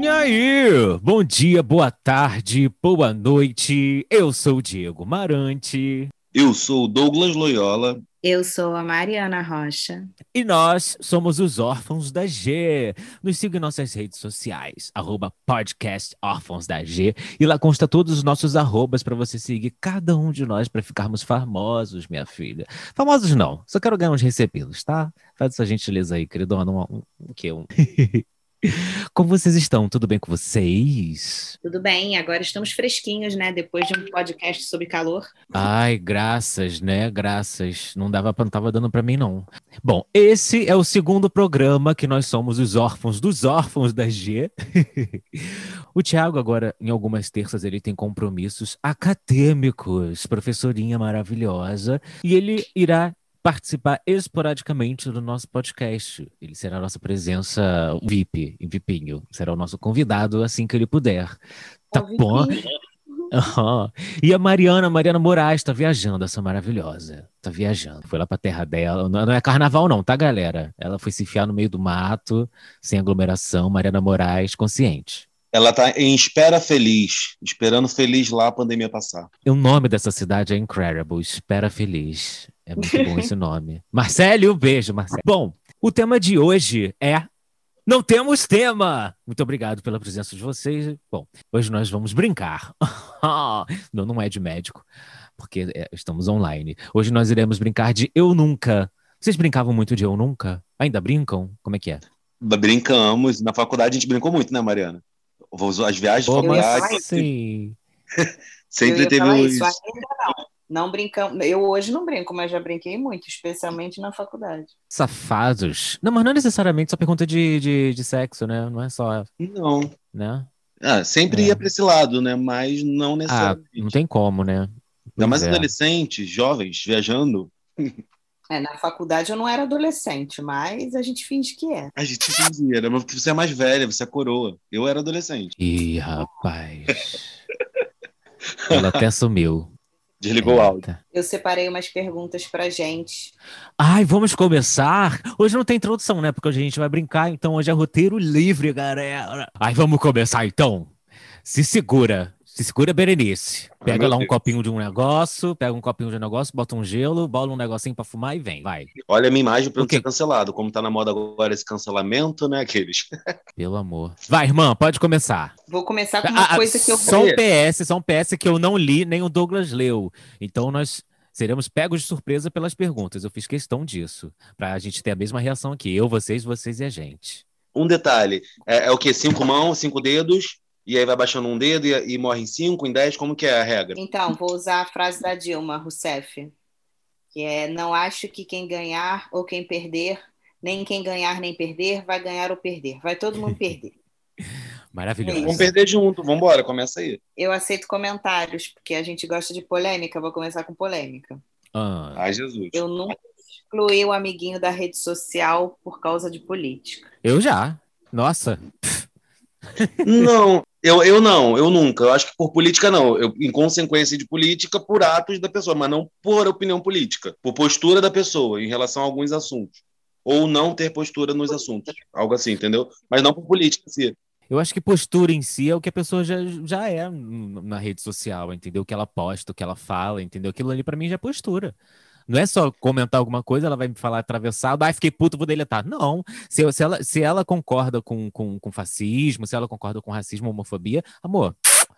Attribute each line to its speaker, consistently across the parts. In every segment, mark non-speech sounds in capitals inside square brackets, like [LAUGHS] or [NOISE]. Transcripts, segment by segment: Speaker 1: E aí? Bom dia, boa tarde, boa noite. Eu sou o Diego Marante
Speaker 2: Eu sou o Douglas Loyola.
Speaker 3: Eu sou a Mariana Rocha.
Speaker 1: e nós somos os Órfãos da G. Nos siga em nossas redes sociais, arroba podcast Órfãos da G. E lá consta todos os nossos arrobas para você seguir cada um de nós para ficarmos famosos, minha filha. Famosos não, só quero ganhar uns recebidos, tá? Faz essa gentileza aí, queridona. Um, um, um quê? Um... [LAUGHS] Como vocês estão? Tudo bem com vocês?
Speaker 3: Tudo bem, agora estamos fresquinhos, né? Depois de um podcast sobre calor.
Speaker 1: Ai, graças, né? Graças. Não dava, não tava dando pra mim não. Bom, esse é o segundo programa que nós somos os órfãos dos órfãos da G. [LAUGHS] o Thiago agora em algumas terças ele tem compromissos acadêmicos, professorinha maravilhosa, e ele irá participar esporadicamente do nosso podcast. Ele será a nossa presença VIP, VIPinho, será o nosso convidado assim que ele puder. Tá bom? Aham. E a Mariana, a Mariana Moraes, tá viajando, essa maravilhosa. Tá viajando. Foi lá pra terra dela. Não não é carnaval, não, tá, galera? Ela foi se enfiar no meio do mato, sem aglomeração. Mariana Moraes, consciente.
Speaker 2: Ela tá em espera feliz, esperando feliz lá a pandemia passar.
Speaker 1: E o nome dessa cidade é Incredible, Espera Feliz. É muito bom esse nome. Marcelo, um beijo, Marcelo. Bom, o tema de hoje é. Não temos tema! Muito obrigado pela presença de vocês. Bom, hoje nós vamos brincar. [LAUGHS] não, não é de médico, porque é, estamos online. Hoje nós iremos brincar de Eu Nunca. Vocês brincavam muito de Eu Nunca? Ainda brincam? Como é que é?
Speaker 2: Brincamos, na faculdade a gente brincou muito, né, Mariana? As viagens de
Speaker 3: Como
Speaker 2: faculdade
Speaker 3: assim?
Speaker 1: Sim.
Speaker 2: sempre
Speaker 3: eu ia
Speaker 2: teve
Speaker 3: falar
Speaker 2: uns.
Speaker 3: isso, ainda não. Não brincamos. Eu hoje não brinco, mas já brinquei muito, especialmente na faculdade.
Speaker 1: Safados. Não, mas não é necessariamente só pergunta de, de, de sexo, né? Não é só,
Speaker 2: Não.
Speaker 1: né?
Speaker 2: Ah, sempre
Speaker 1: É.
Speaker 2: ia pra esse lado, né? Mas não
Speaker 1: Ah,
Speaker 2: necessariamente.
Speaker 1: não tem como, né?
Speaker 2: Ainda mais
Speaker 1: Pois é.
Speaker 2: adolescentes, jovens, viajando.
Speaker 3: É, na faculdade eu não era adolescente, mas a gente finge que é.
Speaker 2: A gente tem dinheiro, mas porque você é mais velha, você é coroa. Eu era adolescente.
Speaker 1: Ih, rapaz. Ela até sumiu.
Speaker 2: Desligou
Speaker 1: É.
Speaker 2: o áudio.
Speaker 1: Eita.
Speaker 3: Eu separei umas perguntas pra gente.
Speaker 1: Ai, vamos começar? Hoje não tem introdução, né? Porque hoje a gente vai brincar, então hoje é roteiro livre, galera. Ai, vamos começar então. Se segura. Se segura, Berenice.
Speaker 2: Ai,
Speaker 1: Pega
Speaker 2: meu
Speaker 1: lá um
Speaker 2: Deus.
Speaker 1: copinho de um negócio, pega um copinho de um negócio, bota um gelo, bola um negocinho pra fumar e vem. Vai.
Speaker 2: Olha a minha imagem pra não
Speaker 1: O quê?
Speaker 2: ser cancelado. Como tá na moda agora esse cancelamento, né? Aqueles.
Speaker 1: Pelo amor. Vai, irmã, pode começar.
Speaker 3: Vou começar com uma
Speaker 1: Ah,
Speaker 3: coisa que eu
Speaker 1: Só um PS, só um PS que eu não li, nem o Douglas leu. Então nós seremos pegos de surpresa pelas perguntas. Eu fiz questão disso. Pra gente ter a mesma reação aqui. Eu, vocês, vocês e a gente.
Speaker 2: Um detalhe, é, é o quê? Cinco mãos, cinco dedos, e aí vai baixando um dedo e, e morre em cinco, em dez, como que é a regra?
Speaker 3: Então, vou usar a frase da Dilma Rousseff, que é: Não acho que quem ganhar ou quem perder, nem quem ganhar nem perder, vai ganhar ou perder. Vai todo mundo perder.
Speaker 1: Maravilhoso.
Speaker 2: Vamos perder junto, vambora, começa aí.
Speaker 3: Eu aceito comentários, porque a gente gosta de polêmica. Vou começar com polêmica.
Speaker 1: Ah,
Speaker 2: Ai, Jesus.
Speaker 3: Eu nunca excluí o amiguinho da rede social por causa de política.
Speaker 1: eu já. Nossa.
Speaker 2: Não, eu, eu não, eu nunca. Eu acho que por política não. Eu, em consequência de política, por atos da pessoa, mas não por opinião política, por postura da pessoa em relação a alguns assuntos. Ou não ter postura nos assuntos. Algo assim, entendeu? Mas não por política, assim.
Speaker 1: Eu acho que postura em si é o que a pessoa já, já é n- na rede social, entendeu? O que ela posta, o que ela fala, entendeu? Aquilo ali pra mim já é postura. Não é só comentar alguma coisa, ela vai me falar atravessado, ai, fiquei puto, vou deletar. Não. Se, eu- se ela, se ela concorda com, com, com fascismo, se ela concorda com racismo, homofobia, amor,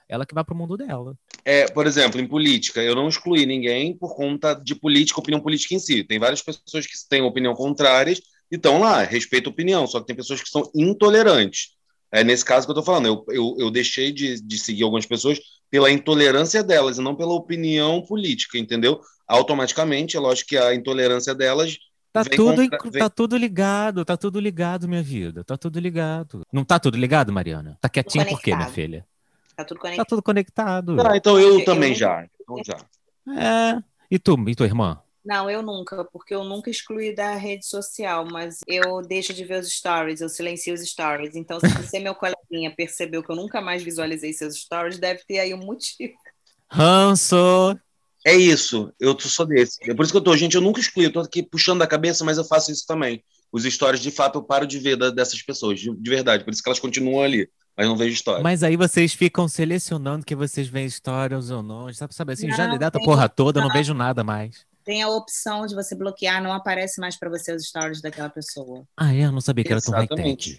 Speaker 1: ela que vai pro mundo dela.
Speaker 2: É, por exemplo, em política, eu não excluí ninguém por conta de política, opinião política em si. Tem várias pessoas que têm opinião contrárias e estão lá, respeito a opinião, só que tem pessoas que são intolerantes. É nesse caso que eu estou falando, eu, eu, eu deixei de, de seguir algumas pessoas pela intolerância delas e não pela opinião política, entendeu? Automaticamente, é lógico que a intolerância delas
Speaker 1: Tá
Speaker 2: Vem
Speaker 1: tudo,
Speaker 2: contra-
Speaker 1: incru-
Speaker 2: vem-
Speaker 1: tá tudo ligado, tá tudo ligado, minha vida. Tá tudo ligado. Não tá tudo ligado, Mariana? Tá quietinha por quê, minha
Speaker 3: conectado.
Speaker 1: filha?
Speaker 3: Tá tudo
Speaker 1: Tá
Speaker 3: conectado.
Speaker 1: tudo conectado.
Speaker 2: Ah, então eu
Speaker 3: Eu-
Speaker 2: também
Speaker 3: eu-
Speaker 2: já. Então já.
Speaker 1: É. E tu, e tua irmã?
Speaker 3: Não, eu nunca, porque eu nunca excluí da rede social, mas eu deixo de ver os stories, eu silencio os stories. Então, se você, meu coleguinha, percebeu que eu nunca mais visualizei seus stories, deve ter aí um motivo.
Speaker 1: Ranço.
Speaker 2: É isso, eu tô- sou desse. É por isso que eu tô, gente, eu nunca excluí, eu tô aqui puxando a cabeça, mas eu faço isso também. os stories, de fato, eu paro de ver da- dessas pessoas, de, de verdade. Por isso que elas continuam ali, mas não vejo história.
Speaker 1: Mas aí vocês ficam selecionando que vocês veem stories ou não. Sabe, sabe assim, já
Speaker 3: Não,
Speaker 1: lhe dá a
Speaker 3: tem-
Speaker 1: porra toda, eu não vejo nada mais.
Speaker 3: Tem a opção de você bloquear, não aparece mais para você os stories daquela pessoa.
Speaker 1: Ah, é? Eu não sabia que era tão high-tech.
Speaker 2: Exatamente.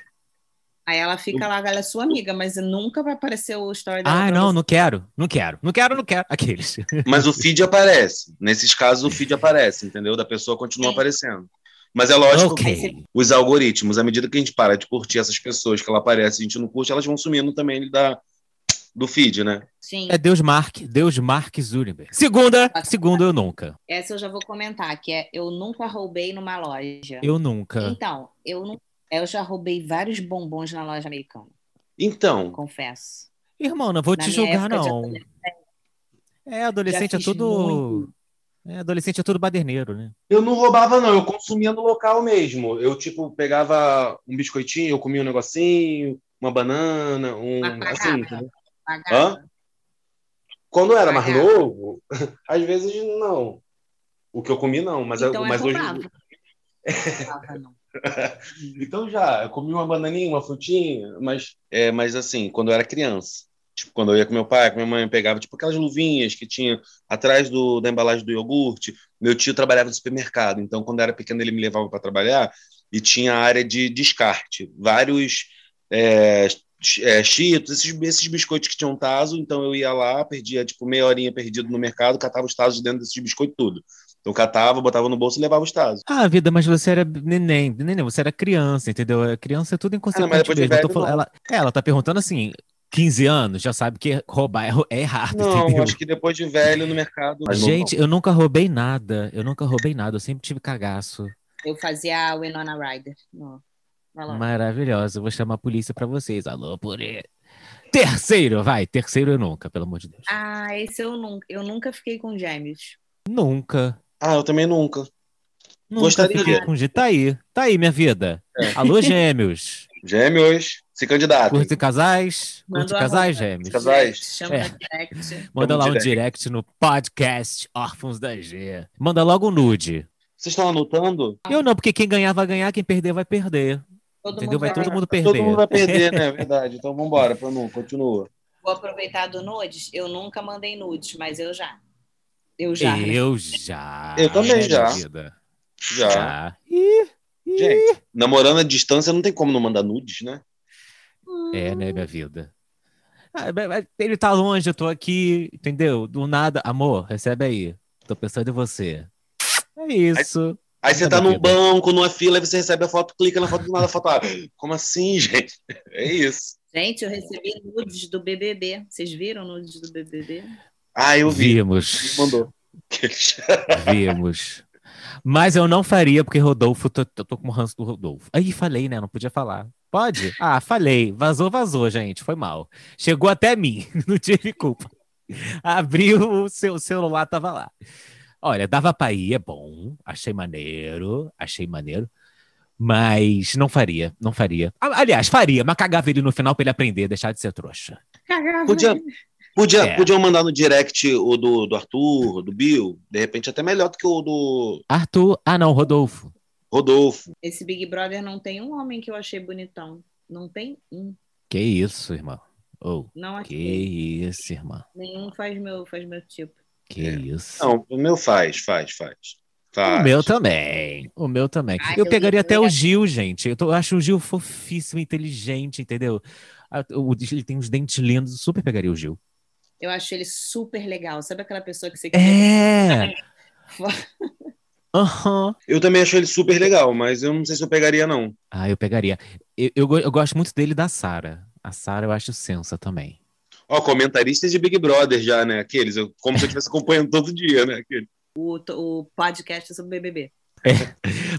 Speaker 3: Aí ela fica lá, ela é sua amiga, mas nunca vai aparecer o story dela.
Speaker 1: Ah,
Speaker 3: pra
Speaker 1: não,
Speaker 3: você.
Speaker 1: não quero, não quero, não quero, não quero.
Speaker 3: [LAUGHS]
Speaker 1: Aqueles.
Speaker 2: Mas o feed aparece. Nesses casos, o feed aparece, entendeu? Da pessoa continua aparecendo. Mas é lógico que
Speaker 1: Ok.
Speaker 2: os algoritmos, à medida que a gente para de curtir essas pessoas que ela aparece e a gente não curte, elas vão sumindo também da, do feed, né?
Speaker 3: Sim.
Speaker 1: É Deus Mark, Deus Mark Zuckerberg.
Speaker 3: Ah,
Speaker 1: Segunda,
Speaker 3: tá.
Speaker 1: segunda eu nunca.
Speaker 3: Essa eu já vou comentar, que é eu nunca roubei numa loja.
Speaker 1: Eu nunca.
Speaker 3: Então, eu não. Eu já roubei vários bombons na loja americana,
Speaker 2: Então,
Speaker 3: confesso.
Speaker 1: Irmão, não vou
Speaker 3: Na
Speaker 1: te
Speaker 3: minha
Speaker 1: julgar,
Speaker 3: época de
Speaker 1: não. É, adolescente
Speaker 3: Já
Speaker 1: é
Speaker 3: fiz
Speaker 1: tudo. É, adolescente é tudo baderneiro, né?
Speaker 2: eu não roubava, não. Eu consumia no local mesmo. Eu, tipo, pegava um biscoitinho, eu comia um negocinho, uma banana, um...
Speaker 3: Mas pagava?
Speaker 2: Assim, entendeu?
Speaker 3: Pagava.
Speaker 2: Quando eu era mais
Speaker 3: Pagava.
Speaker 2: novo, [LAUGHS] às vezes, não. O que eu comi, não. Mas, eu-
Speaker 3: então
Speaker 2: mas
Speaker 3: eu
Speaker 2: hoje...
Speaker 3: roubava. Roubava, não.
Speaker 2: Então já, eu comi uma bananinha, uma frutinha, mas é, mas assim, quando eu era criança, tipo, quando eu ia com meu pai, com minha mãe, eu pegava tipo aquelas luvinhas que tinha atrás do, da embalagem do iogurte. Meu tio trabalhava no supermercado, então quando eu era pequeno ele me levava para trabalhar e tinha a área de descarte, vários é, ch- é, cheetos, esses, esses biscoitos que tinham taso, então eu ia lá, perdia tipo meia horinha perdido no mercado, catava os tazos de dentro desses biscoitos tudo. Então catava, botava no bolso e levava os tazos.
Speaker 1: Ah, vida, mas você era neném, neném, você era criança, entendeu? A Criança é tudo
Speaker 2: Ah, mas
Speaker 1: inconsequente
Speaker 2: depois de
Speaker 1: mesmo. Eu tô
Speaker 2: velho,
Speaker 1: falando-
Speaker 2: não.
Speaker 1: ela, é, ela tá perguntando assim, 15 anos, já sabe que roubar é ro- é errado,
Speaker 2: Não,
Speaker 1: entendeu?
Speaker 2: acho que depois de velho no mercado. Mas não-
Speaker 1: Gente, eu nunca roubei nada, eu nunca roubei nada, eu sempre tive cagaço.
Speaker 3: Eu fazia a Winona Ryder. no- na loja.
Speaker 1: Maravilhosa, eu vou chamar a polícia pra vocês. Alô, polícia. Terceiro, vai, terceiro eu nunca, pelo amor de Deus.
Speaker 3: Ah, esse eu nunca. Eu nunca fiquei com gêmeos.
Speaker 1: Nunca.
Speaker 2: Ah, eu também nunca.
Speaker 1: Nunca
Speaker 2: Gostaria. É.
Speaker 1: fiquei com jeito. Tá aí, tá aí, minha vida. Alô,
Speaker 2: [LAUGHS]
Speaker 1: gêmeos.
Speaker 2: Gêmeos, se candidatam.
Speaker 1: Curte casais,
Speaker 3: Manda
Speaker 1: curte
Speaker 3: uma
Speaker 1: casais,
Speaker 3: roupa.
Speaker 1: gêmeos.
Speaker 2: Casais.
Speaker 3: Chama
Speaker 1: É.
Speaker 3: no direct.
Speaker 1: Manda lá um
Speaker 2: direct.
Speaker 1: direct no podcast Órfãos da G. Manda logo um nude.
Speaker 2: Vocês estão anotando?
Speaker 1: Eu não, porque quem ganhar vai ganhar, quem perder vai perder.
Speaker 3: Todo
Speaker 1: entendeu?
Speaker 3: mundo
Speaker 1: Vai todo mundo perder.
Speaker 2: Todo mundo vai perder,
Speaker 1: [LAUGHS]
Speaker 2: né? É verdade. Então vambora, Panu, continua.
Speaker 3: Vou aproveitar do nudes. Eu nunca mandei nudes, mas eu já. Eu já.
Speaker 1: Eu já. né,
Speaker 2: Eu também
Speaker 1: minha
Speaker 2: já.
Speaker 1: vida.
Speaker 2: Já.
Speaker 1: Já. Ih, ih.
Speaker 2: Gente, namorando à distância não tem como não mandar nudes, né?
Speaker 1: É, né, minha vida. Ah, mas- mas Ele tá longe, eu tô aqui, entendeu? Do nada. Amor, recebe aí. Tô pensando em você. É isso.
Speaker 2: Aí você
Speaker 1: É,
Speaker 2: tá
Speaker 1: minha
Speaker 2: num
Speaker 1: vida.
Speaker 2: banco, numa fila, aí você recebe a foto, clica na foto do nada, a foto. Ah, como assim, [LAUGHS] gente? É isso.
Speaker 3: Gente, eu recebi nudes do BBB. Vocês viram nudes do BBB?
Speaker 2: Ah, eu vi.
Speaker 1: Vimos.
Speaker 2: Mandou. [LAUGHS]
Speaker 1: Vimos. Mas eu não faria, porque Rodolfo, tô, tô, tô com o ranço do Rodolfo. Aí falei, né? Não podia falar. Pode? Ah, falei. Vazou, vazou, gente. Foi mal. Chegou até mim. [LAUGHS] Não tive culpa. Abri o seu o celular, tava lá. Olha, dava pra ir, é bom. Achei maneiro. Achei maneiro. Mas não faria, não faria. A- Aliás, faria, mas cagava ele no final pra ele aprender, deixar de ser trouxa.
Speaker 3: Cagava.
Speaker 2: Podia, podia,
Speaker 1: É.
Speaker 2: Podiam mandar no direct o do, do Arthur, do Bill, de repente até melhor do que o do
Speaker 1: Arthur, ah não, Rodolfo.
Speaker 2: Rodolfo.
Speaker 3: Esse Big Brother não tem um homem que eu achei bonitão. Não tem um.
Speaker 1: Que isso, irmão. Oh,
Speaker 3: Não
Speaker 1: que
Speaker 3: achei.
Speaker 1: isso, irmão.
Speaker 3: Nenhum faz meu, faz meu tipo.
Speaker 1: Que
Speaker 2: É.
Speaker 1: isso.
Speaker 2: Não, o meu faz, faz, faz. Faz.
Speaker 1: O meu tá- também. O meu também.
Speaker 3: Ai,
Speaker 1: eu
Speaker 3: eu
Speaker 1: pegaria
Speaker 3: ia- eu
Speaker 1: até
Speaker 3: ia-
Speaker 1: o Gil, gente. Eu, tô- eu acho o Gil fofíssimo, inteligente, entendeu? A- o- Ele tem uns dentes lindos, eu super pegaria o Gil.
Speaker 3: Eu acho ele super legal. Sabe aquela pessoa que você quer? [LAUGHS]
Speaker 1: É! Aham.
Speaker 2: Eu também acho ele super legal, mas eu não sei se eu pegaria, não.
Speaker 1: Ah, eu pegaria. Eu, eu, go- eu gosto muito dele e da Sara. A Sara eu acho sensa também.
Speaker 2: Ó, comentaristas de Big Brother já, né? Aqueles, eu- como se eu estivesse [LAUGHS] acompanhando todo dia, né? Aqueles.
Speaker 3: O, o podcast sobre BBB.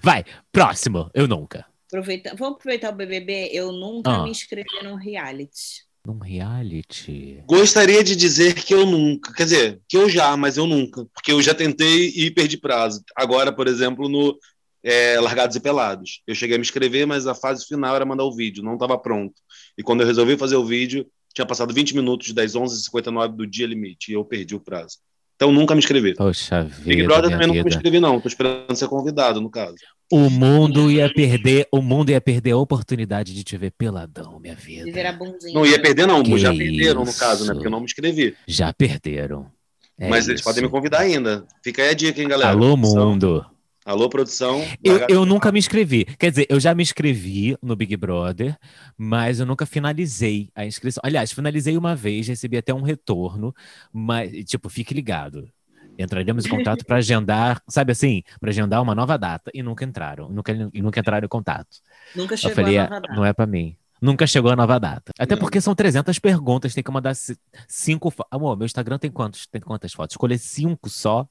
Speaker 1: Vai, próximo. Eu nunca.
Speaker 3: Aproveita... Vamos aproveitar o BBB. Eu nunca
Speaker 1: Ah.
Speaker 3: me inscrevi num reality.
Speaker 1: Num reality.
Speaker 2: Gostaria de dizer que eu nunca, quer dizer, que eu já, mas eu nunca, porque eu já tentei e perdi prazo. Agora, por exemplo, no é, Largados e Pelados. Eu cheguei a me inscrever, mas a fase final era mandar o vídeo, não estava pronto. E quando eu resolvi fazer o vídio, tinha passado 20 minutos das 11h59 do dia limite, e eu perdi o prazo. Então nunca me inscrevi.
Speaker 1: Poxa vida.
Speaker 2: Big Brother
Speaker 1: minha
Speaker 2: também nunca me
Speaker 1: vida.
Speaker 2: inscrevi, não. Tô esperando ser convidado, no caso.
Speaker 1: O mundo ia perder, o mundo ia perder a oportunidade de te ver peladão, minha
Speaker 3: De virar
Speaker 1: vida.
Speaker 3: bundinha.
Speaker 2: Não ia perder, não.
Speaker 1: Que
Speaker 2: já perderam, no caso,
Speaker 1: isso.
Speaker 2: né? Porque eu não me inscrevi.
Speaker 1: Já perderam. É
Speaker 2: Mas eles
Speaker 1: isso.
Speaker 2: podem me convidar ainda. Fica aí a dica, hein, galera.
Speaker 1: Alô,
Speaker 2: Produção.
Speaker 1: mundo.
Speaker 2: Alô, produção.
Speaker 1: Eu,
Speaker 2: Larga-
Speaker 1: eu nunca me inscrevi. Quer dizer, eu já me inscrevi no Big Brother, mas eu nunca finalizei a inscrição. Aliás, finalizei uma vez, recebi até um retorno, mas, tipo, fique ligado. Entraremos em contato para agendar, sabe assim, para agendar uma nova data e nunca entraram, nunca, e nunca entraram em contato.
Speaker 3: Nunca
Speaker 1: Eu
Speaker 3: chegou
Speaker 1: falei,
Speaker 3: a
Speaker 1: "Ah,
Speaker 3: nova data.
Speaker 1: não é pra mim. Nunca chegou a nova data. Até
Speaker 2: Não.
Speaker 1: porque são 300 perguntas, tem que mandar ci- cinco. fo- Amor, meu Instagram tem quantos? Tem quantas fotos? Escolher cinco só,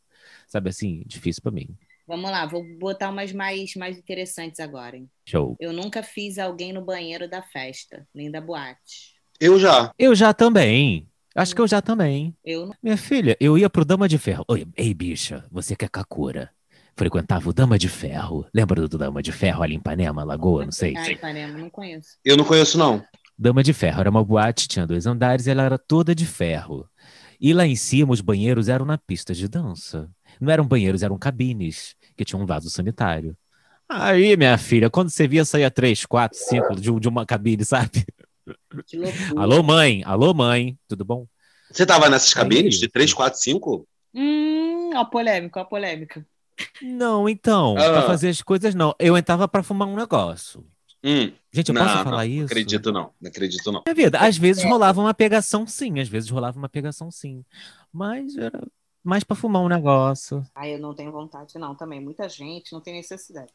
Speaker 1: sabe assim, difícil pra mim.
Speaker 3: Vamos lá, vou botar umas mais, mais interessantes agora. hein?
Speaker 1: Show.
Speaker 3: Eu nunca fiz alguém no banheiro da festa, nem da boate.
Speaker 2: Eu já.
Speaker 1: Eu já também. Acho que eu já também.
Speaker 3: Eu não.
Speaker 1: Minha filha, eu ia pro Dama de Ferro. Oi, ei, bicha, você que é Kakura. Frequentava o Dama de Ferro. Lembra do Dama de Ferro ali em Ipanema, Lagoa, não sei?
Speaker 3: Ai, Ipanema, não conheço.
Speaker 2: Eu não conheço, não.
Speaker 1: Dama de Ferro era uma boate, tinha dois andares e ela era toda de ferro. E lá em cima, os banheiros eram na pista de dança. Não eram banheiros, eram cabines, que tinham um vaso sanitário. Aí, minha filha, quando você via, saía três, quatro, cinco de, um- de uma cabine, sabe?
Speaker 3: Que loucura.
Speaker 1: Alô, mãe! Alô, mãe! Tudo bom?
Speaker 2: Você tava nessas cabines
Speaker 1: isso.
Speaker 2: de 3, 4, 5?
Speaker 3: Hum, ó, a polêmica, ó, a polêmica.
Speaker 1: Não, então,
Speaker 2: Ah.
Speaker 1: pra fazer as coisas, não. Eu entrava pra fumar um negócio.
Speaker 2: Hum,
Speaker 1: Gente, eu
Speaker 2: Não,
Speaker 1: posso
Speaker 2: não,
Speaker 1: falar isso?
Speaker 2: não acredito, não. Não acredito, não.
Speaker 1: Minha vida, às vezes rolava uma pegação, sim. Às vezes rolava uma pegação, sim. Mas era mais pra fumar um negócio.
Speaker 3: Ai, eu não tenho vontade, não, também. Muita gente, não tem necessidade.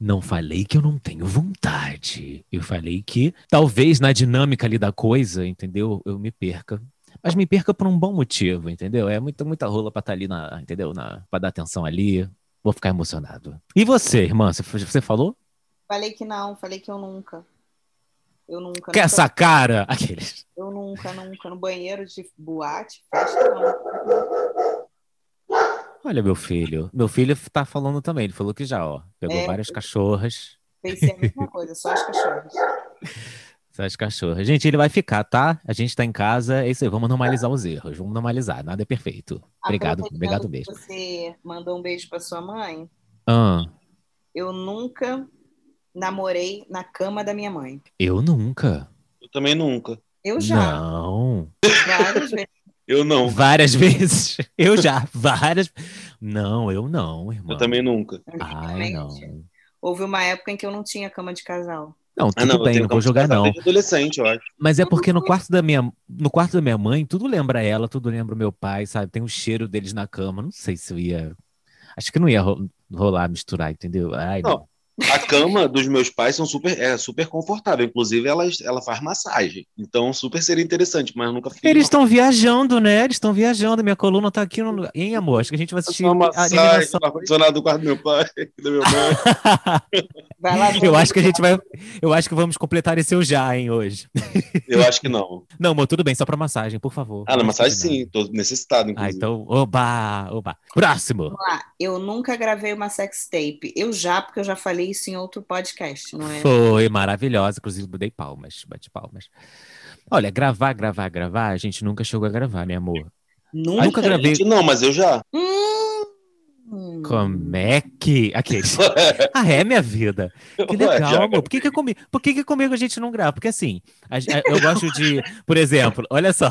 Speaker 1: Não falei que eu não tenho vontade. Eu falei que talvez na dinâmica ali da coisa, entendeu? Eu me perca. Mas me perca por um bom motivo, entendeu? É muita, muita rola pra estar ali na, entendeu? Na, pra dar atenção ali. Vou ficar emocionado. E você, irmã? Você, você falou?
Speaker 3: Falei que não, falei que eu nunca. Eu nunca.
Speaker 1: Que é
Speaker 3: nunca-
Speaker 1: essa cara! [LAUGHS] Aqueles.
Speaker 3: Eu nunca, nunca. No banheiro de boate, festa, não.
Speaker 1: Olha, meu filho. Meu filho tá falando também. Ele falou que já, ó. Pegou
Speaker 3: É.
Speaker 1: várias cachorras.
Speaker 3: Pensei a mesma coisa, só as cachorras.
Speaker 1: Várias cachorras. Gente, ele vai ficar, tá? A gente tá em casa. É isso aí. Vamos normalizar os erros. Vamos normalizar. Nada é perfeito. Obrigado,
Speaker 3: Aproveitando
Speaker 1: obrigado
Speaker 3: que
Speaker 1: mesmo.
Speaker 3: Você mandou um beijo pra sua mãe.
Speaker 1: Ah.
Speaker 3: Eu nunca namorei na cama da minha mãe.
Speaker 1: Eu nunca.
Speaker 2: Eu também nunca.
Speaker 3: Eu já,
Speaker 1: Não.
Speaker 3: várias vezes.
Speaker 2: Eu não.
Speaker 1: Várias [LAUGHS] vezes. Eu já. Várias. Não, eu não, irmão.
Speaker 2: Eu também nunca.
Speaker 1: [LAUGHS] Ai, não.
Speaker 3: Houve uma época em que eu não tinha cama de casal.
Speaker 1: Não,
Speaker 2: Ah,
Speaker 1: tudo
Speaker 2: eu
Speaker 1: bem,
Speaker 2: tenho
Speaker 1: não vou
Speaker 2: campo de
Speaker 1: jogar
Speaker 2: casal
Speaker 1: não.
Speaker 2: desde adolescente, eu acho.
Speaker 1: Mas é porque
Speaker 3: Uhum.
Speaker 1: no quarto da minha, no quarto da minha mãe, tudo lembra ela, tudo lembra o meu pai, sabe? Tem o cheiro deles na cama. Não sei se eu ia. Acho que não ia ro- rolar, misturar, entendeu? Ai, não.
Speaker 2: Não. A cama dos meus pais são super, é super confortável. Inclusive, ela, ela faz massagem. Então, super seria interessante, mas eu nunca fiz.
Speaker 1: Eles
Speaker 2: não.
Speaker 1: estão viajando, né? Eles estão viajando. Minha coluna tá aqui. No... Hein, amor? Acho que a gente vai
Speaker 2: Faz
Speaker 1: assistir
Speaker 2: uma
Speaker 1: a
Speaker 2: massagem,
Speaker 1: eliminação.
Speaker 2: uma ar-condicionado do quarto do meu pai, [LAUGHS] da minha mãe.
Speaker 1: [LAUGHS]
Speaker 3: Vai lá,
Speaker 1: Eu acho que a gente vai. Eu acho que vamos completar esse eu já, hein, hoje.
Speaker 2: Eu acho que não.
Speaker 1: Não, amor, tudo bem, só pra massagem, por favor.
Speaker 2: Ah, na massagem
Speaker 1: Não.
Speaker 2: sim, tô necessitado,
Speaker 1: Ah,
Speaker 2: inclusive.
Speaker 1: então, oba, oba. Próximo.
Speaker 3: Vamos lá. Eu nunca gravei uma sex tape. Eu já, porque eu já falei isso em outro podcast, não é?
Speaker 1: Foi maravilhosa, inclusive dei palmas, bate palmas. Olha, gravar, gravar, gravar, a gente nunca chegou a gravar, né, amor?
Speaker 2: Ah,
Speaker 1: nunca
Speaker 2: então,
Speaker 1: gravei.
Speaker 2: gente, Não, mas eu já.
Speaker 3: Hum.
Speaker 1: Como é que.
Speaker 2: [LAUGHS]
Speaker 1: Aqui. Ah, é, minha vida. Que
Speaker 2: Ué, já
Speaker 1: legal, amor. Por que, que, comi... Por que, que comigo a gente não grava? Porque assim, a- a- eu gosto de, por exemplo, olha só.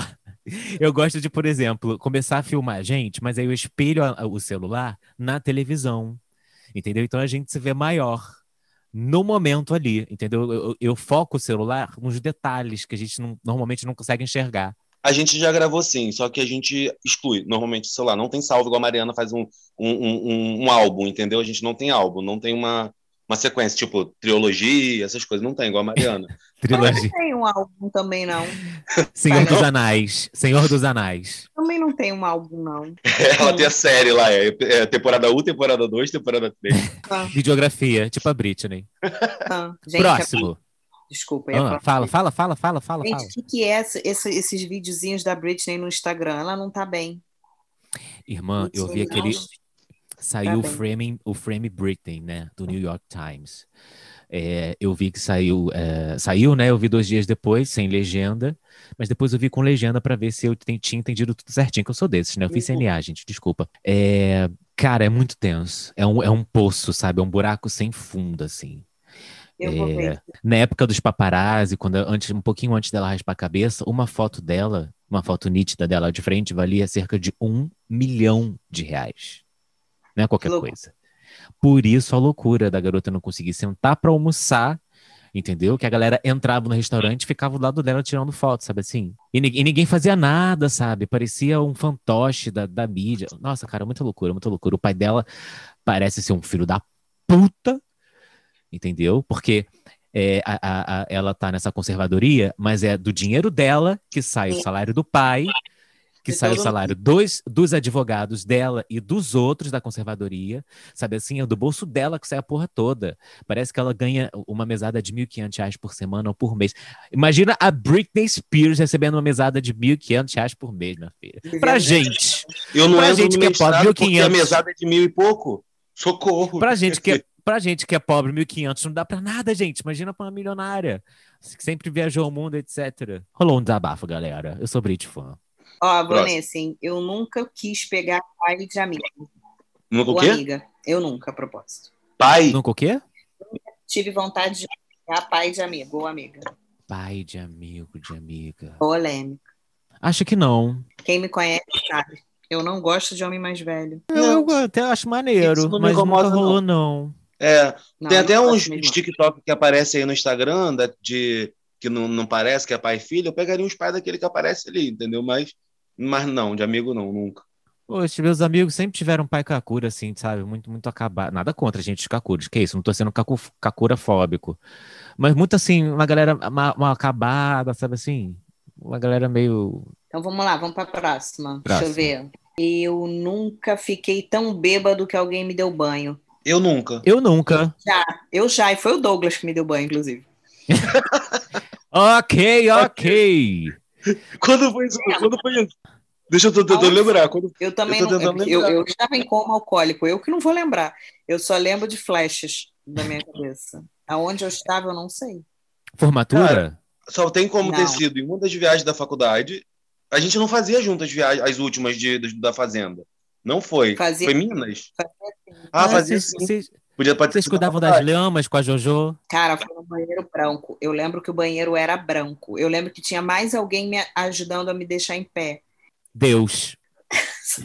Speaker 1: Eu gosto de, por exemplo, começar a filmar a gente, mas aí eu espelho a- a- o celular na televisão. Entendeu? Então a gente se vê maior no momento ali. Entendeu? Eu, eu- eu foco o celular nos detalhes que a gente não- normalmente não consegue enxergar.
Speaker 2: A gente já gravou sim, só que a gente exclui. Normalmente, sei lá, não tem salvo, igual a Mariana faz um, um, um, um- um álbum, entendeu? A gente não tem álbum, não tem uma, uma sequência, tipo, trilogia, essas coisas, não tem, igual
Speaker 1: [LAUGHS]
Speaker 2: a Mariana.
Speaker 3: Mas não
Speaker 1: Trilogia.
Speaker 3: tem um álbum também, não.
Speaker 1: Senhor dos Anais. Senhor dos Anais.
Speaker 3: Também não tem um álbum, não.
Speaker 2: Ela tem a série lá, é, é temporada 1, temporada 2, temporada 3.
Speaker 3: Ah,
Speaker 1: Videografia, tipo a Britney.
Speaker 3: ah. Gente, é
Speaker 1: Próximo.
Speaker 3: Desculpa, eu ia
Speaker 1: Ah,
Speaker 3: falar.
Speaker 1: fala, fala, fala, fala, fala,
Speaker 3: Gente,
Speaker 1: fala.
Speaker 3: o que, que é esse- esse- esses videozinhos da Britney no Instagram? Ela não tá bem.
Speaker 1: Irmã, Ah, eu vi
Speaker 3: Isso não
Speaker 1: aquele. Saiu o
Speaker 3: bem.
Speaker 1: framing, o frame Britain, né, do New York Times. É, eu vi que saiu, é, saiu, né? Eu vi dois dias depois, sem legenda, mas depois eu vi com legenda para ver se eu ten- tinha entendido tudo certinho, que eu sou desses, né? Eu fiz CNA, gente, desculpa. É, cara, é muito tenso. É um, é um poço, sabe? É um buraco sem fundo, assim.
Speaker 3: Eu vou
Speaker 1: É.
Speaker 3: ver.
Speaker 1: Na época dos paparazzi, quando antes, um pouquinho antes dela raspar a cabeça, uma foto dela, uma foto nítida dela de frente, valia cerca de um milhão de reais. Não é qualquer
Speaker 3: Loucura.
Speaker 1: coisa. Por isso a loucura da garota não conseguir sentar pra almoçar, entendeu? Que a galera entrava no restaurante e ficava do lado dela tirando foto, sabe assim? E, ni- e ninguém fazia nada, sabe? Parecia um fantoche da, da mídia. Nossa, cara, muita loucura, muita loucura. O pai dela parece ser um filho da puta, entendeu? Porque é, a- a- a- ela tá nessa conservadoria, mas é do dinheiro dela que sai o salário do pai, que
Speaker 3: De
Speaker 1: sai o
Speaker 3: todo
Speaker 1: salário dos, dos advogados dela e dos outros da conservadoria, sabe assim? É do bolso dela que sai a porra toda. Parece que ela ganha uma mesada de 1.500 reais por semana ou por mês. Imagina a Britney Spears recebendo uma mesada de 1.500 reais por mês, minha filha. Pra
Speaker 3: Vivendo-
Speaker 1: gente.
Speaker 2: Eu não
Speaker 1: Pra
Speaker 2: entro
Speaker 1: gente
Speaker 2: no
Speaker 1: que é
Speaker 2: mestrado
Speaker 1: pobre,
Speaker 2: porque
Speaker 1: 500.
Speaker 2: a mesada é de mil e pouco. Socorro.
Speaker 1: Pra gente que é, pra gente que é pobre, 1.500 não dá pra nada, gente. Imagina pra uma milionária que sempre viajou o mundo, etc. Rolou um desabafo, galera. Eu sou Brit fã.
Speaker 3: Ó,
Speaker 2: Próximo.
Speaker 3: Vanessa, hein, eu nunca quis pegar pai de amiga.
Speaker 2: Nunca o
Speaker 3: Ou
Speaker 2: quê?
Speaker 3: amiga. Eu nunca, a propósito.
Speaker 2: Pai.
Speaker 1: Nunca o quê?
Speaker 3: Tive vontade de pegar pai de amigo ou amiga.
Speaker 1: Pai de amigo, de amiga.
Speaker 3: Polêmico.
Speaker 1: Acho que não.
Speaker 3: Quem me conhece sabe. Eu não gosto de homem mais velho.
Speaker 1: Eu, eu até acho maneiro,
Speaker 2: Isso não me
Speaker 1: mas
Speaker 2: incomoda,
Speaker 1: nunca rolou, não.
Speaker 2: É,
Speaker 3: Não,
Speaker 2: tem
Speaker 3: eu
Speaker 2: até
Speaker 3: não
Speaker 2: uns
Speaker 3: gosto mesmo, não.
Speaker 2: TikTok que aparece aí no Instagram, da- de, que não, não parece que é pai e filho. Eu pegaria uns pais daquele que aparece ali, entendeu? Mas, mas não, de amigo não, nunca.
Speaker 1: Poxa, meus amigos sempre tiveram pai Kakura, assim, sabe? Muito, muito acabado. Nada contra, gente, os Kakuras. Que isso, não tô sendo kaku, Kakura-fóbico. Mas muito, assim, uma galera mal, mal acabada, sabe assim? Uma galera meio...
Speaker 3: Então vamos lá, vamos para a
Speaker 1: Próxima.
Speaker 3: próxima. Deixa eu ver. Eu nunca fiquei tão bêbado que alguém me deu banho.
Speaker 2: Eu nunca.
Speaker 1: Eu nunca.
Speaker 3: Eu já, e foi o Douglas que me deu banho, inclusive.
Speaker 1: Ok, ok.
Speaker 2: [LAUGHS] Quando foi isso? Quando foi isso? Deixa eu tô tentando
Speaker 3: Aonde?
Speaker 2: lembrar. Quando...
Speaker 3: Eu também
Speaker 2: Eu tô
Speaker 3: não.
Speaker 2: tentando
Speaker 3: Eu,
Speaker 2: lembrar.
Speaker 3: eu estava em coma alcoólico, eu que não vou lembrar. Eu só lembro de flashes da minha cabeça. Aonde eu estava, eu não sei.
Speaker 1: Formatura?
Speaker 2: Só tem como
Speaker 3: Não.
Speaker 2: ter sido em uma das viagens da faculdade. A gente não fazia juntas as viagens, as últimas de, da Fazenda. Não foi.
Speaker 3: Fazia-
Speaker 2: Foi Minas? Ah, fazia
Speaker 1: vocês,
Speaker 2: sim.
Speaker 1: vocês,
Speaker 2: Podia participar.
Speaker 1: vocês cuidavam das lhamas com a Jojo?
Speaker 3: Cara, foi no banheiro branco. Eu lembro que o banheiro era branco. Eu lembro que tinha mais alguém me ajudando a me deixar em pé.
Speaker 1: Deus. [LAUGHS]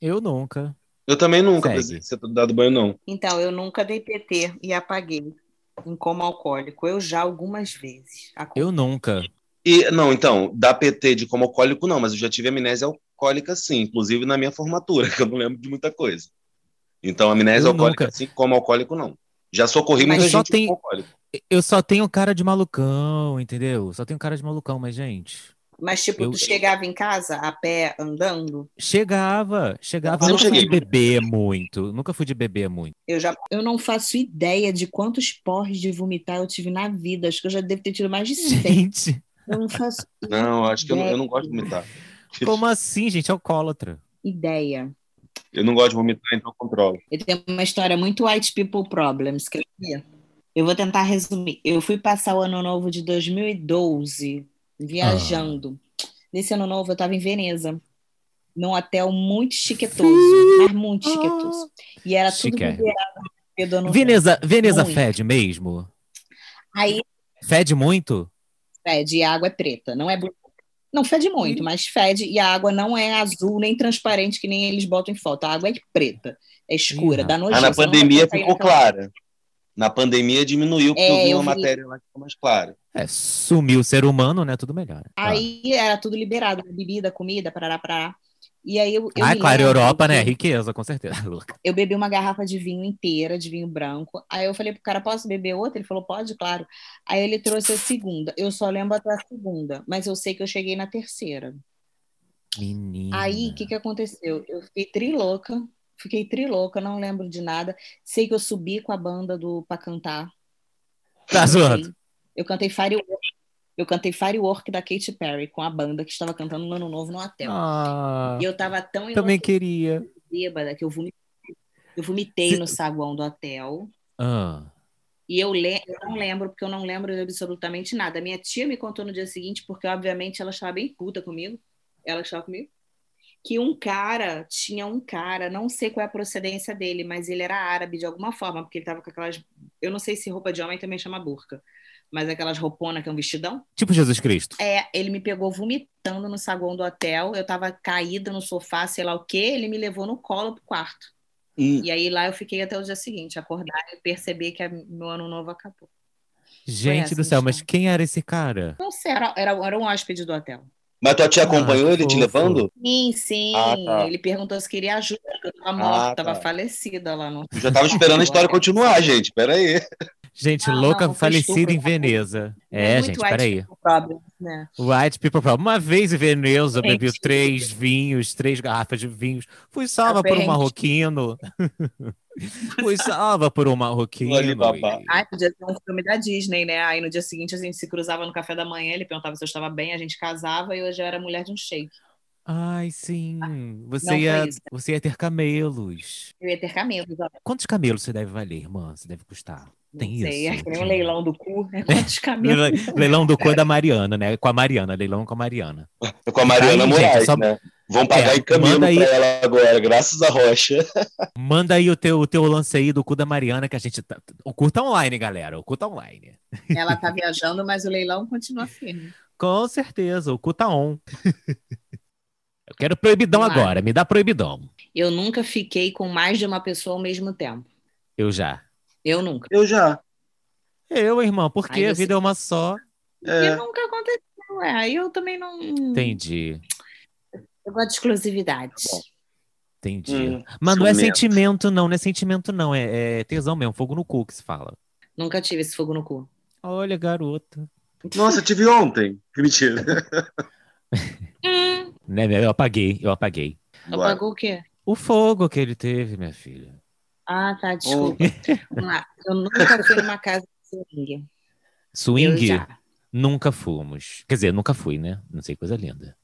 Speaker 1: Eu nunca.
Speaker 2: Eu também nunca
Speaker 1: Segue.
Speaker 2: precisei ser dado banho, não.
Speaker 3: Então, eu nunca dei PT e apaguei em coma alcoólico. Eu já algumas vezes.
Speaker 1: Eu nunca.
Speaker 2: E, não, então, da PT de como alcoólico, não, mas eu já tive amnésia alcoólica, sim, inclusive na minha formatura, [LAUGHS] que eu não lembro de muita coisa. Então, amnésia
Speaker 1: Eu
Speaker 2: alcoólica,
Speaker 1: nunca.
Speaker 2: sim, como alcoólico, não. Já socorri
Speaker 3: Mas
Speaker 2: muita
Speaker 1: só
Speaker 2: gente
Speaker 1: tem-
Speaker 2: como alcoólico.
Speaker 1: Eu só tenho cara de malucão, entendeu? Só tenho cara de malucão, mas, gente.
Speaker 3: Mas, tipo,
Speaker 1: Eu- é
Speaker 3: tu chegava em casa a pé, andando,
Speaker 1: Chegava, chegava.
Speaker 2: Eu
Speaker 1: nunca fui de
Speaker 2: cheguei.
Speaker 1: beber muito. Nunca fui de beber muito.
Speaker 3: eu já. Eu não faço ideia de quantos porres de vomitar eu tive na vida. Acho que eu já devo ter tido
Speaker 1: [LAUGHS]
Speaker 3: mais de 100.
Speaker 1: Gente,
Speaker 3: Eu não faço
Speaker 2: Não, eu acho que eu não, eu não gosto de vomitar.
Speaker 1: como assim, gente? Alcoólatra.
Speaker 3: ideia.
Speaker 2: Eu não gosto de vomitar, então eu controlo.
Speaker 3: Eu tenho uma história muito white people problems, quer ver? Eu vou tentar resumir. Eu fui passar o ano novo de 2012 viajando.
Speaker 1: Ah.
Speaker 3: Nesse ano novo eu estava em Veneza, num hotel muito chiquetoso, mas muito chiquetoso. E era tudo
Speaker 1: Chique.
Speaker 3: liberado do ano novo.
Speaker 1: Ah. Veneza, Veneza
Speaker 3: Muito.
Speaker 1: fede mesmo?
Speaker 3: Aí
Speaker 1: Fede muito?
Speaker 3: fede e a água é preta, não é bonita. Não fede muito,
Speaker 1: Hum.
Speaker 3: mas fede e a água não é azul nem transparente que nem eles botam em foto. A água é preta, é escura,
Speaker 1: Ih,
Speaker 3: dá
Speaker 2: Ah,
Speaker 3: nojeira.
Speaker 2: na
Speaker 3: você então. não vai
Speaker 2: pandemia
Speaker 3: sair
Speaker 2: ficou
Speaker 3: naquela-
Speaker 2: clara. Na pandemia diminuiu, porque
Speaker 3: É,
Speaker 2: eu vi
Speaker 3: eu
Speaker 2: uma
Speaker 3: vi.
Speaker 2: matéria lá que ficou mais clara.
Speaker 1: É, sumiu o ser humano, né? Tudo melhor.
Speaker 3: Aí era tudo liberado, né? bebida, comida, parará, parará. E aí eu, eu
Speaker 1: Ah,
Speaker 3: me
Speaker 1: claro,
Speaker 3: lembro
Speaker 1: Europa, né?
Speaker 3: que
Speaker 1: Riqueza, com certeza. [LAUGHS]
Speaker 3: Eu bebi uma garrafa de vinho inteira, de vinho branco. Aí eu falei pro cara, posso beber outra? Ele falou, pode, claro. Aí ele trouxe a segunda. Eu só lembro até a segunda, mas eu sei que eu cheguei na terceira.
Speaker 1: Menina.
Speaker 3: Aí, o que que aconteceu? Eu fiquei trilouca, fiquei trilouca, não lembro de nada. Sei que eu subi com a banda do pra cantar.
Speaker 1: Tá
Speaker 3: Eu
Speaker 1: zoando.
Speaker 3: cantei- Eu cantei Firework. Eu cantei Firework da Katy Perry com a banda que estava cantando no Ano Novo no hotel.
Speaker 1: Ah,
Speaker 3: E eu tava tão
Speaker 1: também queria.
Speaker 3: bêbada que eu vomitei. Eu vomitei
Speaker 1: Se-
Speaker 3: no saguão do hotel.
Speaker 1: Ah,
Speaker 3: E eu, le eu não lembro, porque eu não lembro de absolutamente nada. Minha tia me contou no dia seguinte, porque obviamente ela estava bem puta comigo. Ela estava comigo. Que um cara, tinha um cara, não sei qual é a procedência dele, mas ele era árabe de alguma forma, porque ele estava com aquelas. Eu não sei se roupa de homem também chama burca, mas aquelas roupona que é um vestidão.
Speaker 1: Tipo Jesus Cristo.
Speaker 3: É, ele me pegou vomitando no saguão do hotel. Eu estava caída no sofá, sei lá o quê. Ele me levou no colo pro quarto. E aí lá eu fiquei até o dia seguinte, acordar e perceber que a- meu ano novo acabou. É,
Speaker 1: Gente
Speaker 3: essa
Speaker 1: do céu, mas
Speaker 3: história.
Speaker 1: quem era esse cara?
Speaker 3: Não sei, era, era, era um hóspede do hotel.
Speaker 2: Mas tua tia acompanhou
Speaker 1: Ah,
Speaker 2: ele te
Speaker 1: fofo.
Speaker 2: levando?
Speaker 3: Sim, sim.
Speaker 2: Ah, tá.
Speaker 3: Ele perguntou se queria ajuda, porque eu tava morta,
Speaker 2: Ah, tá.
Speaker 3: tava falecida lá no.
Speaker 2: Eu já tava esperando a história continuar, gente. Pera aí.
Speaker 1: Gente,
Speaker 3: Não,
Speaker 1: louca
Speaker 3: não, foi
Speaker 1: falecida
Speaker 3: estupro.
Speaker 1: em Veneza. É,
Speaker 3: Muito
Speaker 1: gente,
Speaker 3: white
Speaker 1: peraí.
Speaker 3: people problem, né?
Speaker 1: White People Problem. Uma vez em Veneza,
Speaker 3: Gente.
Speaker 1: bebi três vinhos, três garrafas de vinhos. Fui salva por um
Speaker 3: Gente.
Speaker 1: marroquino. [LAUGHS] Fui salva por um marroquino.
Speaker 2: Alibaba.
Speaker 1: E-
Speaker 3: Ai, podia ser um filme da Disney, né? Aí no dia seguinte a gente se cruzava no café da manhã, ele perguntava se eu estava bem, a gente casava e hoje eu era mulher de um shake.
Speaker 1: Ai, sim. Você
Speaker 3: foi
Speaker 1: ia,
Speaker 3: isso.
Speaker 1: você ia ter camelos.
Speaker 3: Eu ia ter camelos, ó.
Speaker 1: Quantos camelos você deve valer, irmã? Você deve custar.
Speaker 3: Não
Speaker 1: Tem
Speaker 3: sei,
Speaker 1: isso.
Speaker 3: é que nem um leilão do cu, é [LAUGHS] quantos camelos.
Speaker 1: Le- Leilão do cu é da Mariana, né? Com a Mariana, leilão com a Mariana.
Speaker 2: Com a Mariana
Speaker 1: Aí, gente, é
Speaker 2: Moraes,
Speaker 1: só-
Speaker 2: né? Vão pagar
Speaker 1: É,
Speaker 2: em caminho
Speaker 1: manda
Speaker 2: pra
Speaker 1: aí.
Speaker 2: ela agora, graças a Rocha.
Speaker 1: Manda aí o teu, o teu lance aí do cu da Mariana, que a gente tá. O cu tá online, galera. O cu tá online.
Speaker 3: Ela tá viajando, mas o leilão continua firme.
Speaker 1: Com certeza, o cu tá on. Eu quero proibidão
Speaker 3: Vamos lá.
Speaker 1: agora, me dá proibidão.
Speaker 3: Eu nunca fiquei com mais de uma pessoa ao mesmo tempo.
Speaker 1: Eu já.
Speaker 3: Eu nunca.
Speaker 2: Eu já.
Speaker 1: Eu, irmão, porque
Speaker 3: Aí
Speaker 1: a
Speaker 3: você-
Speaker 1: vida é uma só.
Speaker 2: É.
Speaker 3: E nunca aconteceu. É, aí eu também não.
Speaker 1: Entendi,
Speaker 3: Eu gosto de exclusividade.
Speaker 2: Tá bom.
Speaker 1: entendi.
Speaker 2: Hum,
Speaker 1: Mas não é
Speaker 2: ciumento.
Speaker 1: sentimento, não, não é sentimento, não. É, é tesão mesmo, fogo no cu que se fala.
Speaker 3: Nunca tive esse fogo no cu.
Speaker 1: Olha, garota.
Speaker 2: Nossa, eu tive ontem. [LAUGHS] Que mentira.
Speaker 3: Hum,
Speaker 1: Né, eu apaguei, eu apaguei.
Speaker 2: Bora.
Speaker 3: apagou o quê?
Speaker 1: O fogo que ele teve, minha filha.
Speaker 3: Ah, tá, desculpa. Vamos lá. Eu nunca fui numa casa de swing. Eu
Speaker 1: Swing,
Speaker 3: já.
Speaker 1: nunca fomos. Quer dizer, nunca fui, né? Não sei, coisa linda.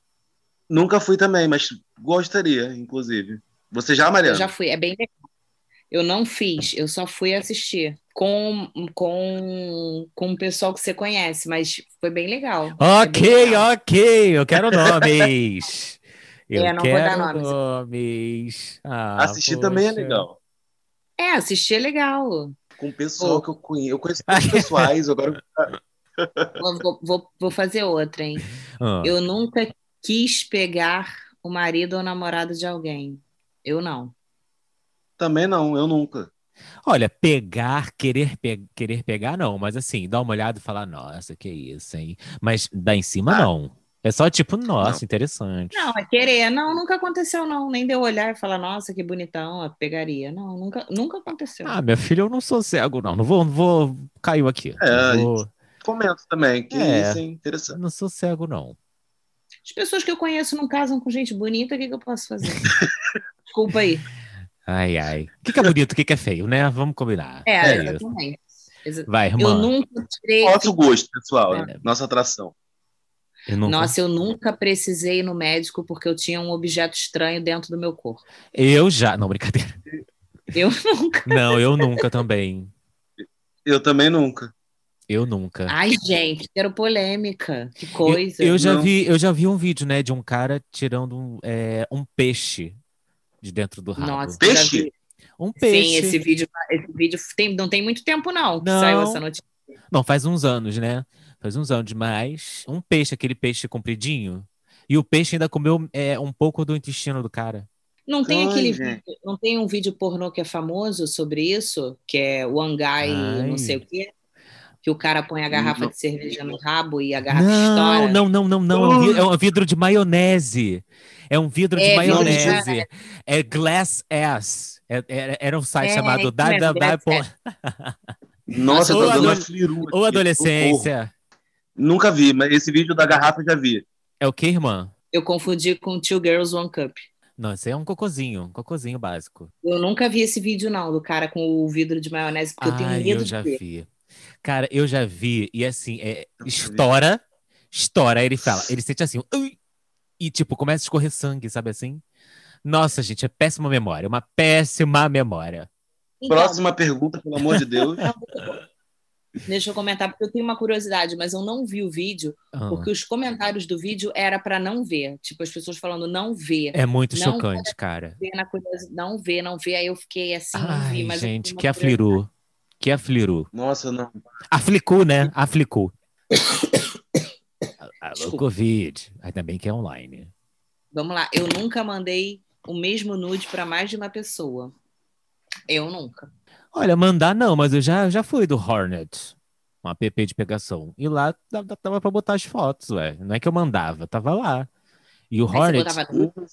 Speaker 2: Nunca fui também, mas gostaria, inclusive. Você já,
Speaker 3: Eu
Speaker 2: Mariana?
Speaker 3: já fui. É bem legal. Eu não fiz, eu só fui assistir com, com, com o pessoal que você conhece, mas foi bem legal. É bem
Speaker 1: Ok,
Speaker 3: legal.
Speaker 1: ok, eu quero nomes. Eu
Speaker 3: [LAUGHS] É, não vou dar
Speaker 1: quero
Speaker 3: nomes.
Speaker 1: nomes. Ah,
Speaker 2: Assistir também é
Speaker 1: poxa.
Speaker 2: legal.
Speaker 3: É, assistir é legal.
Speaker 2: Com o pessoal
Speaker 3: Pô.
Speaker 2: que eu conheço. Eu conheço
Speaker 1: [LAUGHS]
Speaker 2: pessoas pessoais, agora
Speaker 3: Vou- Vou, vou- vou fazer outra, hein?
Speaker 1: Ah,
Speaker 3: Eu nunca quis pegar o marido ou namorado de alguém. Eu não.
Speaker 2: também não, eu nunca.
Speaker 1: Olha, pegar, querer, pe- querer pegar, não, mas assim, dar uma olhada e falar, nossa, que isso, hein? Mas dar em cima,
Speaker 2: Ah.
Speaker 1: não. É só tipo, nossa, interessante.
Speaker 3: Não, é querer. Não, nunca aconteceu, não. Nem deu olhar e falar, nossa, que bonitão, eu pegaria. Não, nunca, nunca aconteceu.
Speaker 1: Ah, minha filha, eu não sou cego, não. Não vou, não vou. Caiu aqui.
Speaker 2: É,
Speaker 1: não, vou-
Speaker 2: Comento também. Que
Speaker 1: É.
Speaker 2: isso, hein? Interessante.
Speaker 1: não sou cego, não.
Speaker 3: As pessoas que eu conheço não casam com gente bonita, o que, que eu posso
Speaker 1: [LAUGHS]
Speaker 3: fazer? Desculpa aí.
Speaker 1: Ai, ai. O que, que é bonito, o que, que é feio, né? Vamos combinar.
Speaker 3: É,
Speaker 1: É, isso.
Speaker 3: exatamente. Exa-
Speaker 1: Vai,
Speaker 3: Eu
Speaker 1: irmã.
Speaker 3: nunca tirei.
Speaker 2: Nosso gosto, pessoal.
Speaker 1: É.
Speaker 2: né? Nossa atração.
Speaker 1: Eu nunca-
Speaker 3: Nossa, eu nunca precisei ir no médico porque eu tinha um objeto estranho dentro do meu corpo.
Speaker 1: Eu já. Não, brincadeira.
Speaker 3: Eu nunca.
Speaker 1: Não, eu nunca também.
Speaker 2: Eu também nunca.
Speaker 1: Eu nunca.
Speaker 3: Ai, gente, quero polêmica. Que
Speaker 1: É. Eu-
Speaker 3: coisa.
Speaker 1: Eu, já
Speaker 2: não.
Speaker 1: vi, eu já vi um vídeo, né, de um cara tirando um, é, um peixe de dentro do rabo.
Speaker 3: Nossa, eu já
Speaker 2: Peixe?
Speaker 3: vi.
Speaker 1: Um
Speaker 3: Sim,
Speaker 1: peixe.
Speaker 3: esse vídeo, esse vídeo tem, não tem muito tempo, não, que
Speaker 1: Não.
Speaker 3: saiu essa notícia.
Speaker 1: Não, faz uns anos, né? Faz uns anos, mas um peixe, aquele peixe compridinho. E o peixe ainda comeu é, um pouco do intestino do cara.
Speaker 3: Não tem
Speaker 2: Ai,
Speaker 3: aquele
Speaker 2: gente.
Speaker 3: vídeo- não tem um vídeo pornô que é famoso sobre isso, que é o Angai,
Speaker 1: Ai. Hum,
Speaker 3: não sei o quê, que o cara põe a garrafa
Speaker 2: Não.
Speaker 3: de cerveja no rabo e a garrafa
Speaker 1: Não,
Speaker 3: estoura.
Speaker 1: não, não, não, não. É um, vi- é um vidro de maionese. É um vidro de
Speaker 3: É, vidro de
Speaker 1: maionese. É glass ass. É- era- era um site
Speaker 3: É,
Speaker 1: chamado
Speaker 3: isso mesmo,
Speaker 1: www.
Speaker 3: Glass
Speaker 2: Nossa,
Speaker 1: Ou
Speaker 2: tá dando
Speaker 1: adole-
Speaker 2: uma firula
Speaker 1: Ou
Speaker 2: aqui. Socorro.
Speaker 1: adolescência.
Speaker 2: Nunca vi, mas esse vídeo da garrafa eu já vi.
Speaker 1: É o que, irmã?
Speaker 3: Eu confundi com Two Girls One Cup.
Speaker 1: Não, isso aí é um cocôzinho, um cocôzinho básico.
Speaker 3: Eu nunca vi esse vídeo, não, do cara com o vidro de maionese, porque eu tenho
Speaker 1: Ai,
Speaker 3: medo
Speaker 1: eu
Speaker 3: de
Speaker 1: já
Speaker 3: ver.
Speaker 1: vi. Cara, eu já vi, e assim, é,
Speaker 2: Eu já vi.
Speaker 1: estoura, estoura. Aí ele fala, ele sente assim, "Ui!" e tipo, começa a escorrer sangue, sabe assim? Nossa, gente, é péssima memória, uma péssima memória.
Speaker 3: Então, [LAUGHS]
Speaker 2: Próxima pergunta, pelo amor de Deus.
Speaker 3: Deixa eu comentar, porque eu tenho uma curiosidade, mas eu não vi o vídeo,
Speaker 1: Ah,
Speaker 3: porque os comentários do vídeo era para não ver. Tipo, as pessoas falando não ver.
Speaker 1: é muito
Speaker 3: Não,
Speaker 1: chocante, cara.
Speaker 3: ver na curiosidade, não ver, não ver. Aí eu fiquei assim, não
Speaker 1: Ai,
Speaker 3: vi, mas eu
Speaker 1: gente,
Speaker 3: tenho uma
Speaker 1: que afliru. Que afliru.
Speaker 2: Nossa, não.
Speaker 1: Aflicou, né? Aflicou. Alô,
Speaker 3: Desculpa.
Speaker 1: Covid. Ainda bem que é online.
Speaker 3: Vamos lá, eu nunca mandei o mesmo nude para mais de uma pessoa. Eu nunca.
Speaker 1: Olha, mandar não, mas eu já, já fui do Hornet. Um app de pegação. E lá dava- dava pra botar as fotos, ué. Não é que eu mandava, tava lá. E o
Speaker 3: Aí você
Speaker 1: Hornet.
Speaker 3: botava nudes,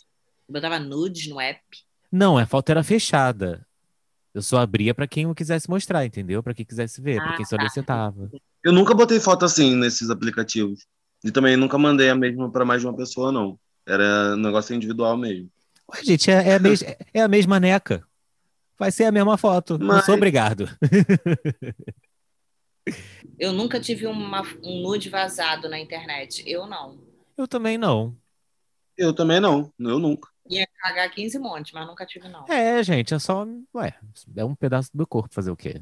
Speaker 3: botava nudes no app.
Speaker 1: Não, a foto era fechada. Eu só abria pra quem eu quisesse mostrar, entendeu? Pra quem quisesse ver, pra
Speaker 3: Ah,
Speaker 1: quem solicitava.
Speaker 2: Eu nunca botei foto assim nesses aplicativos. E também nunca mandei a mesma para mais de uma pessoa, não. Era um negócio individual mesmo.
Speaker 1: Ué, gente, é, é a mes- é a mesma neca. Vai ser a mesma foto. Não
Speaker 2: Mas-
Speaker 1: sou obrigado.
Speaker 3: Eu nunca tive uma- um nude vazado na internet. Eu não.
Speaker 1: Eu também não.
Speaker 2: Eu também não. Eu nunca.
Speaker 3: Pagar 15 montes, mas nunca tive, não.
Speaker 1: É, gente, é só. Ué, é um pedaço do corpo fazer o quê?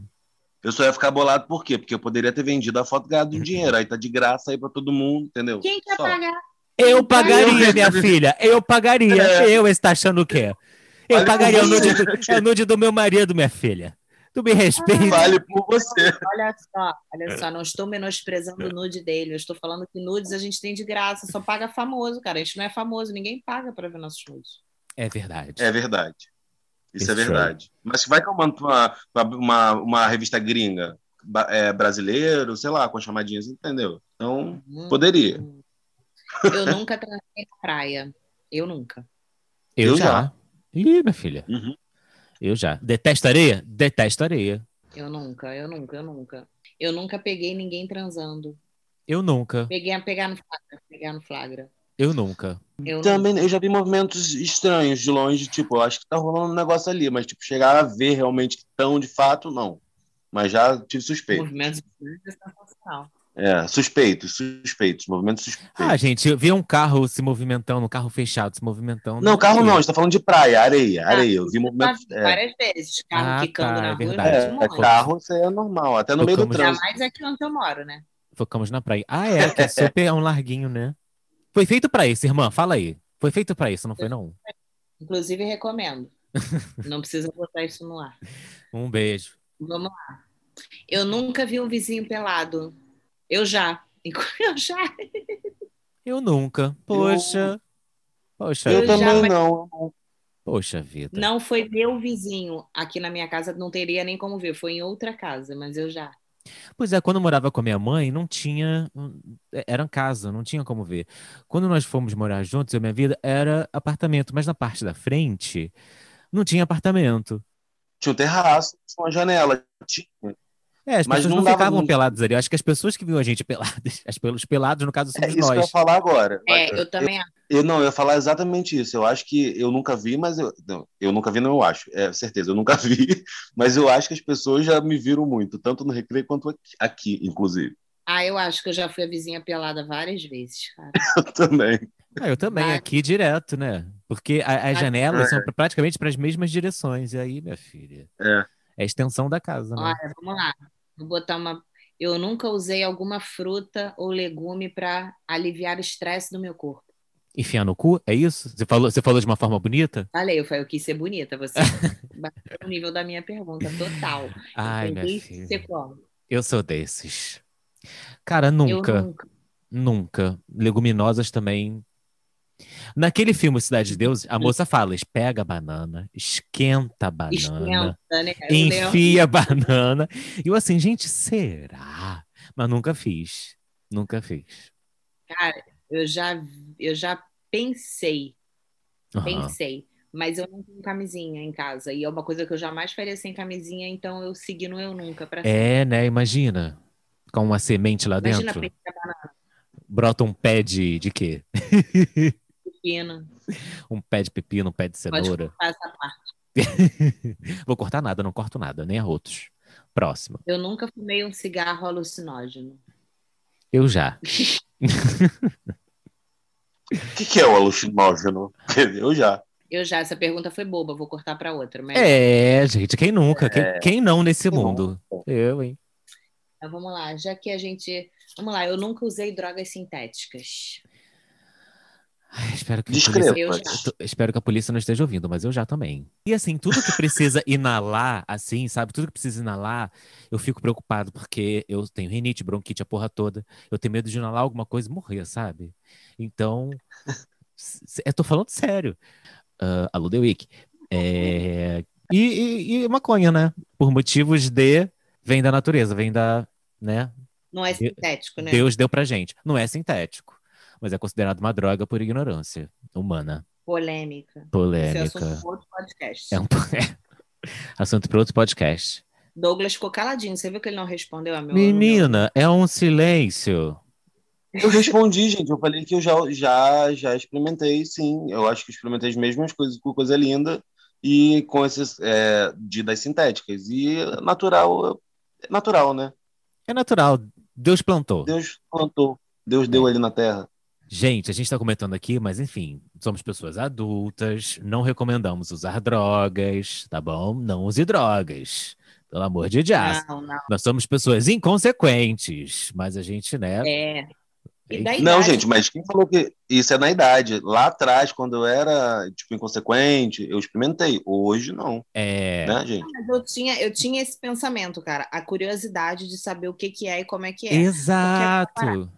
Speaker 2: Eu só ia ficar bolado por quê? Porque eu poderia ter vendido a foto e ganhado um dinheiro. Aí tá de graça aí pra todo mundo, entendeu?
Speaker 3: Quem quer
Speaker 2: Só.
Speaker 3: pagar?
Speaker 1: Eu
Speaker 2: pagaria,
Speaker 1: pagaria, minha filha. Eu pagaria.
Speaker 2: É.
Speaker 1: Eu, você tá achando o quê? Eu
Speaker 2: Olha
Speaker 1: pagaria o
Speaker 2: por
Speaker 1: nude,
Speaker 2: você.
Speaker 3: [LAUGHS]
Speaker 1: do, é o nude do meu marido, minha filha. Tu me respeita.
Speaker 2: Vale por você.
Speaker 3: Olha só, olha só, não estou menosprezando o nude dele. Eu estou falando que nudes a gente tem de graça, só paga famoso, cara. A gente não é famoso, ninguém paga para ver nossos nudes.
Speaker 1: É verdade.
Speaker 2: É verdade.
Speaker 1: Isso
Speaker 2: Isso é
Speaker 1: aí.
Speaker 2: verdade. Mas vai calmando uma, uma, uma revista gringa, ba- é, brasileiro, sei lá, com as chamadinhas, entendeu? Então,
Speaker 3: Hum.
Speaker 2: poderia.
Speaker 3: Eu nunca transei na praia. Eu nunca.
Speaker 1: eu,
Speaker 2: eu
Speaker 1: já. Ih, minha filha.
Speaker 2: Uhum.
Speaker 1: Eu já. Detesta areia? Detesta areia.
Speaker 3: Eu nunca, eu nunca, eu nunca. Eu nunca peguei ninguém transando.
Speaker 1: Eu nunca.
Speaker 3: Peguei a pegar no flagra. Pegar no flagra.
Speaker 1: Eu nunca.
Speaker 3: Eu nunca.
Speaker 2: Também eu já vi movimentos estranhos de longe, tipo, eu acho que tá rolando um negócio ali, mas tipo, chegar a ver realmente que estão de fato, não. Mas já tive suspeito.
Speaker 3: Movimentos é sensacional.
Speaker 2: É, suspeitos, suspeitos, movimentos suspeitos.
Speaker 1: Ah, gente, eu vi um carro se movimentando, um carro fechado se movimentando.
Speaker 2: não, carro não, a gente tá falando de praia, areia, areia. Eu vi
Speaker 3: Já
Speaker 2: movimentos.
Speaker 3: vi
Speaker 2: É,
Speaker 3: Várias vezes, carro
Speaker 1: Ah,
Speaker 3: quicando
Speaker 1: tá, é
Speaker 3: na rua,
Speaker 1: verdade.
Speaker 2: é,
Speaker 3: eu vejo um monte.
Speaker 2: carro isso aí é normal, até no meio do
Speaker 1: Tocamos-
Speaker 2: trânsito.
Speaker 3: Jamais aqui onde eu moro, né?
Speaker 1: Focamos na praia. Ah, é, que é super é um larguinho, né? Foi feito pra isso, irmã, fala aí. Foi feito pra isso, não foi não? [LAUGHS]
Speaker 3: Inclusive, recomendo. Não precisa botar isso no ar.
Speaker 1: Um beijo.
Speaker 3: Vamos lá. Eu nunca vi um vizinho pelado. Eu já. [LAUGHS] Eu já.
Speaker 1: Eu nunca. Poxa. Poxa,
Speaker 2: Eu
Speaker 3: Eu
Speaker 1: vida.
Speaker 3: já-
Speaker 2: também não.
Speaker 1: Poxa vida.
Speaker 3: Não foi meu vizinho. Aqui na minha casa não teria nem como ver. Foi em outra casa, mas eu já.
Speaker 1: Pois é, quando eu morava com a minha mãe, não tinha. é, Era em casa, não tinha como ver. Quando nós fomos morar juntos, eu e minha vida, era apartamento, mas na parte da frente não tinha apartamento.
Speaker 2: Tinha um terraço, tinha uma janela. Tinha.
Speaker 1: É, as
Speaker 2: Mas
Speaker 1: pessoas
Speaker 2: não
Speaker 1: não,
Speaker 2: dava
Speaker 1: ficavam
Speaker 2: muito.
Speaker 1: peladas ali. Eu acho que as pessoas que viam a gente peladas, [LAUGHS] as pelos pelados, no caso,
Speaker 2: É
Speaker 1: somos
Speaker 2: isso que eu ia
Speaker 1: nós.
Speaker 2: falar agora.
Speaker 3: É, eu também acho.
Speaker 2: Eu não, eu ia falar exatamente isso. Eu acho que eu nunca vi, mas eu. Não, eu nunca vi, não, eu acho. É certeza, eu nunca [LAUGHS] vi. Mas eu acho que as pessoas já me viram muito, tanto no recreio quanto aqui, aqui, inclusive. [LAUGHS]
Speaker 3: Ah, eu acho que eu já fui a vizinha pelada várias vezes, cara.
Speaker 1: Tá
Speaker 2: Eu também.
Speaker 1: Ah, eu também,
Speaker 3: Mas-
Speaker 1: aqui direto, né? Porque a- as
Speaker 3: Mas-
Speaker 1: janelas são pra- praticamente para as mesmas direções. E aí, minha filha?
Speaker 2: É.
Speaker 1: É a extensão da casa, né?
Speaker 3: Olha, vamos lá. Vou botar uma. Eu nunca usei alguma fruta ou legume para aliviar o estresse do meu corpo.
Speaker 1: Enfiar no cu, é isso? Você falou, você falou de uma forma bonita?
Speaker 3: Falei, eu falei, eu quis ser bonita,
Speaker 1: [LAUGHS]
Speaker 3: você bateu no nível da minha pergunta, total.
Speaker 1: Ai,
Speaker 3: Entendi
Speaker 1: minha
Speaker 3: isso que
Speaker 1: filha.
Speaker 3: Você come.
Speaker 1: Eu sou desses. Cara,
Speaker 3: Eu
Speaker 1: nunca,
Speaker 3: nunca.
Speaker 1: nunca. Leguminosas também. Naquele filme Cidade
Speaker 3: Uhum.
Speaker 1: de Deus, a moça fala: "Es- pega a banana, esquenta a banana,
Speaker 3: Esquenta, né? Eu lembro.
Speaker 1: enfia a banana. E eu assim, gente, será? Mas nunca fiz. Nunca fiz.
Speaker 3: Cara, eu já, eu já pensei,
Speaker 1: Aham.
Speaker 3: pensei. Mas eu não tenho camisinha em casa. E é uma coisa que eu jamais faria sem camisinha, então eu segui no eu nunca. Pra
Speaker 1: É, né? Imagina. Com uma semente lá
Speaker 3: Imagina
Speaker 1: dentro.
Speaker 3: pegar a banana
Speaker 1: Brota um pé de, de quê?
Speaker 3: pequena.
Speaker 1: Um pé de pepino, um pé de
Speaker 3: Pode
Speaker 1: cenoura.
Speaker 3: cortar essa parte.
Speaker 1: Vou cortar nada, não corto nada, nem a rotos. Próximo.
Speaker 3: Eu nunca fumei um cigarro alucinógeno.
Speaker 1: Eu já.
Speaker 2: O que, que é o alucinógeno? [LAUGHS] Eu já.
Speaker 3: Eu já, essa pergunta foi boba, vou cortar pra outra. Mas
Speaker 1: É, gente, É. quem nunca? Quem, quem não nesse
Speaker 2: Quem
Speaker 1: mundo? Eu, hein?
Speaker 3: então Vamos lá, já que a gente. Vamos lá, eu nunca usei drogas sintéticas.
Speaker 1: Ai, espero, que a
Speaker 2: Discrepa.
Speaker 1: polícia-
Speaker 3: Eu já.
Speaker 1: eu tô- espero que a polícia não esteja ouvindo, mas eu já também. E assim, tudo que precisa inalar, assim, sabe? Tudo que precisa inalar, eu fico preocupado porque eu tenho rinite, bronquite, a porra toda. Eu tenho medo de inalar alguma coisa e morrer, sabe? Então, s- eu tô falando sério. Ah, alô, The Week. É, E, e, e maconha, né? Por motivos de... Vem da natureza, vem da... Né?
Speaker 3: Não é
Speaker 1: De-
Speaker 3: sintético, né?
Speaker 1: Deus deu pra gente. Não é sintético, mas é considerado uma droga por ignorância humana.
Speaker 3: Polêmica. Esse é assunto
Speaker 1: Polêmica.
Speaker 3: para outro podcast.
Speaker 1: É um [LAUGHS] assunto para outro podcast.
Speaker 3: Douglas ficou caladinho. Você viu que ele não respondeu a meu?
Speaker 1: Menina, é um silêncio.
Speaker 2: Eu respondi, gente. Eu falei que eu já, já, já experimentei, sim. Eu acho que experimentei as mesmas coisas com coisa linda e com esses é, de, das sintéticas. E natural, é natural, né?
Speaker 1: É natural. Deus plantou.
Speaker 2: Deus plantou, Deus deu ali na terra.
Speaker 1: Gente, a gente está comentando aqui, mas enfim, somos pessoas adultas, não recomendamos usar drogas, tá bom? Não use drogas. Pelo amor de Deus.
Speaker 3: Não, não.
Speaker 1: Nós somos pessoas inconsequentes, mas a gente, né?
Speaker 3: É. E da
Speaker 2: Não,
Speaker 3: idade,
Speaker 2: gente, mas quem falou que isso é na idade? Lá atrás, quando eu era, tipo, inconsequente, eu experimentei. Hoje, não,
Speaker 1: É,
Speaker 2: né, gente?
Speaker 3: mas Eu tinha, eu tinha esse pensamento, cara. A curiosidade de saber o que, que é e como é que é.
Speaker 1: Exato.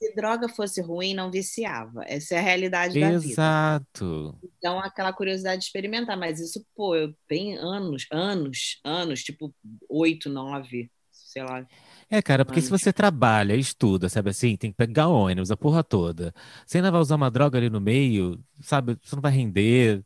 Speaker 3: Se droga fosse ruim, não viciava. Essa é a realidade da vida.
Speaker 1: Exato.
Speaker 3: Então, aquela curiosidade de experimentar. Mas isso, pô, eu bem anos, anos, anos, tipo oito, nove, sei lá.
Speaker 1: É, cara, porque se
Speaker 3: Mas-
Speaker 1: você trabalha, estuda, sabe assim, tem que pegar ônibus, a porra toda. Você ainda vai usar uma droga ali no meio, sabe? Você não vai render,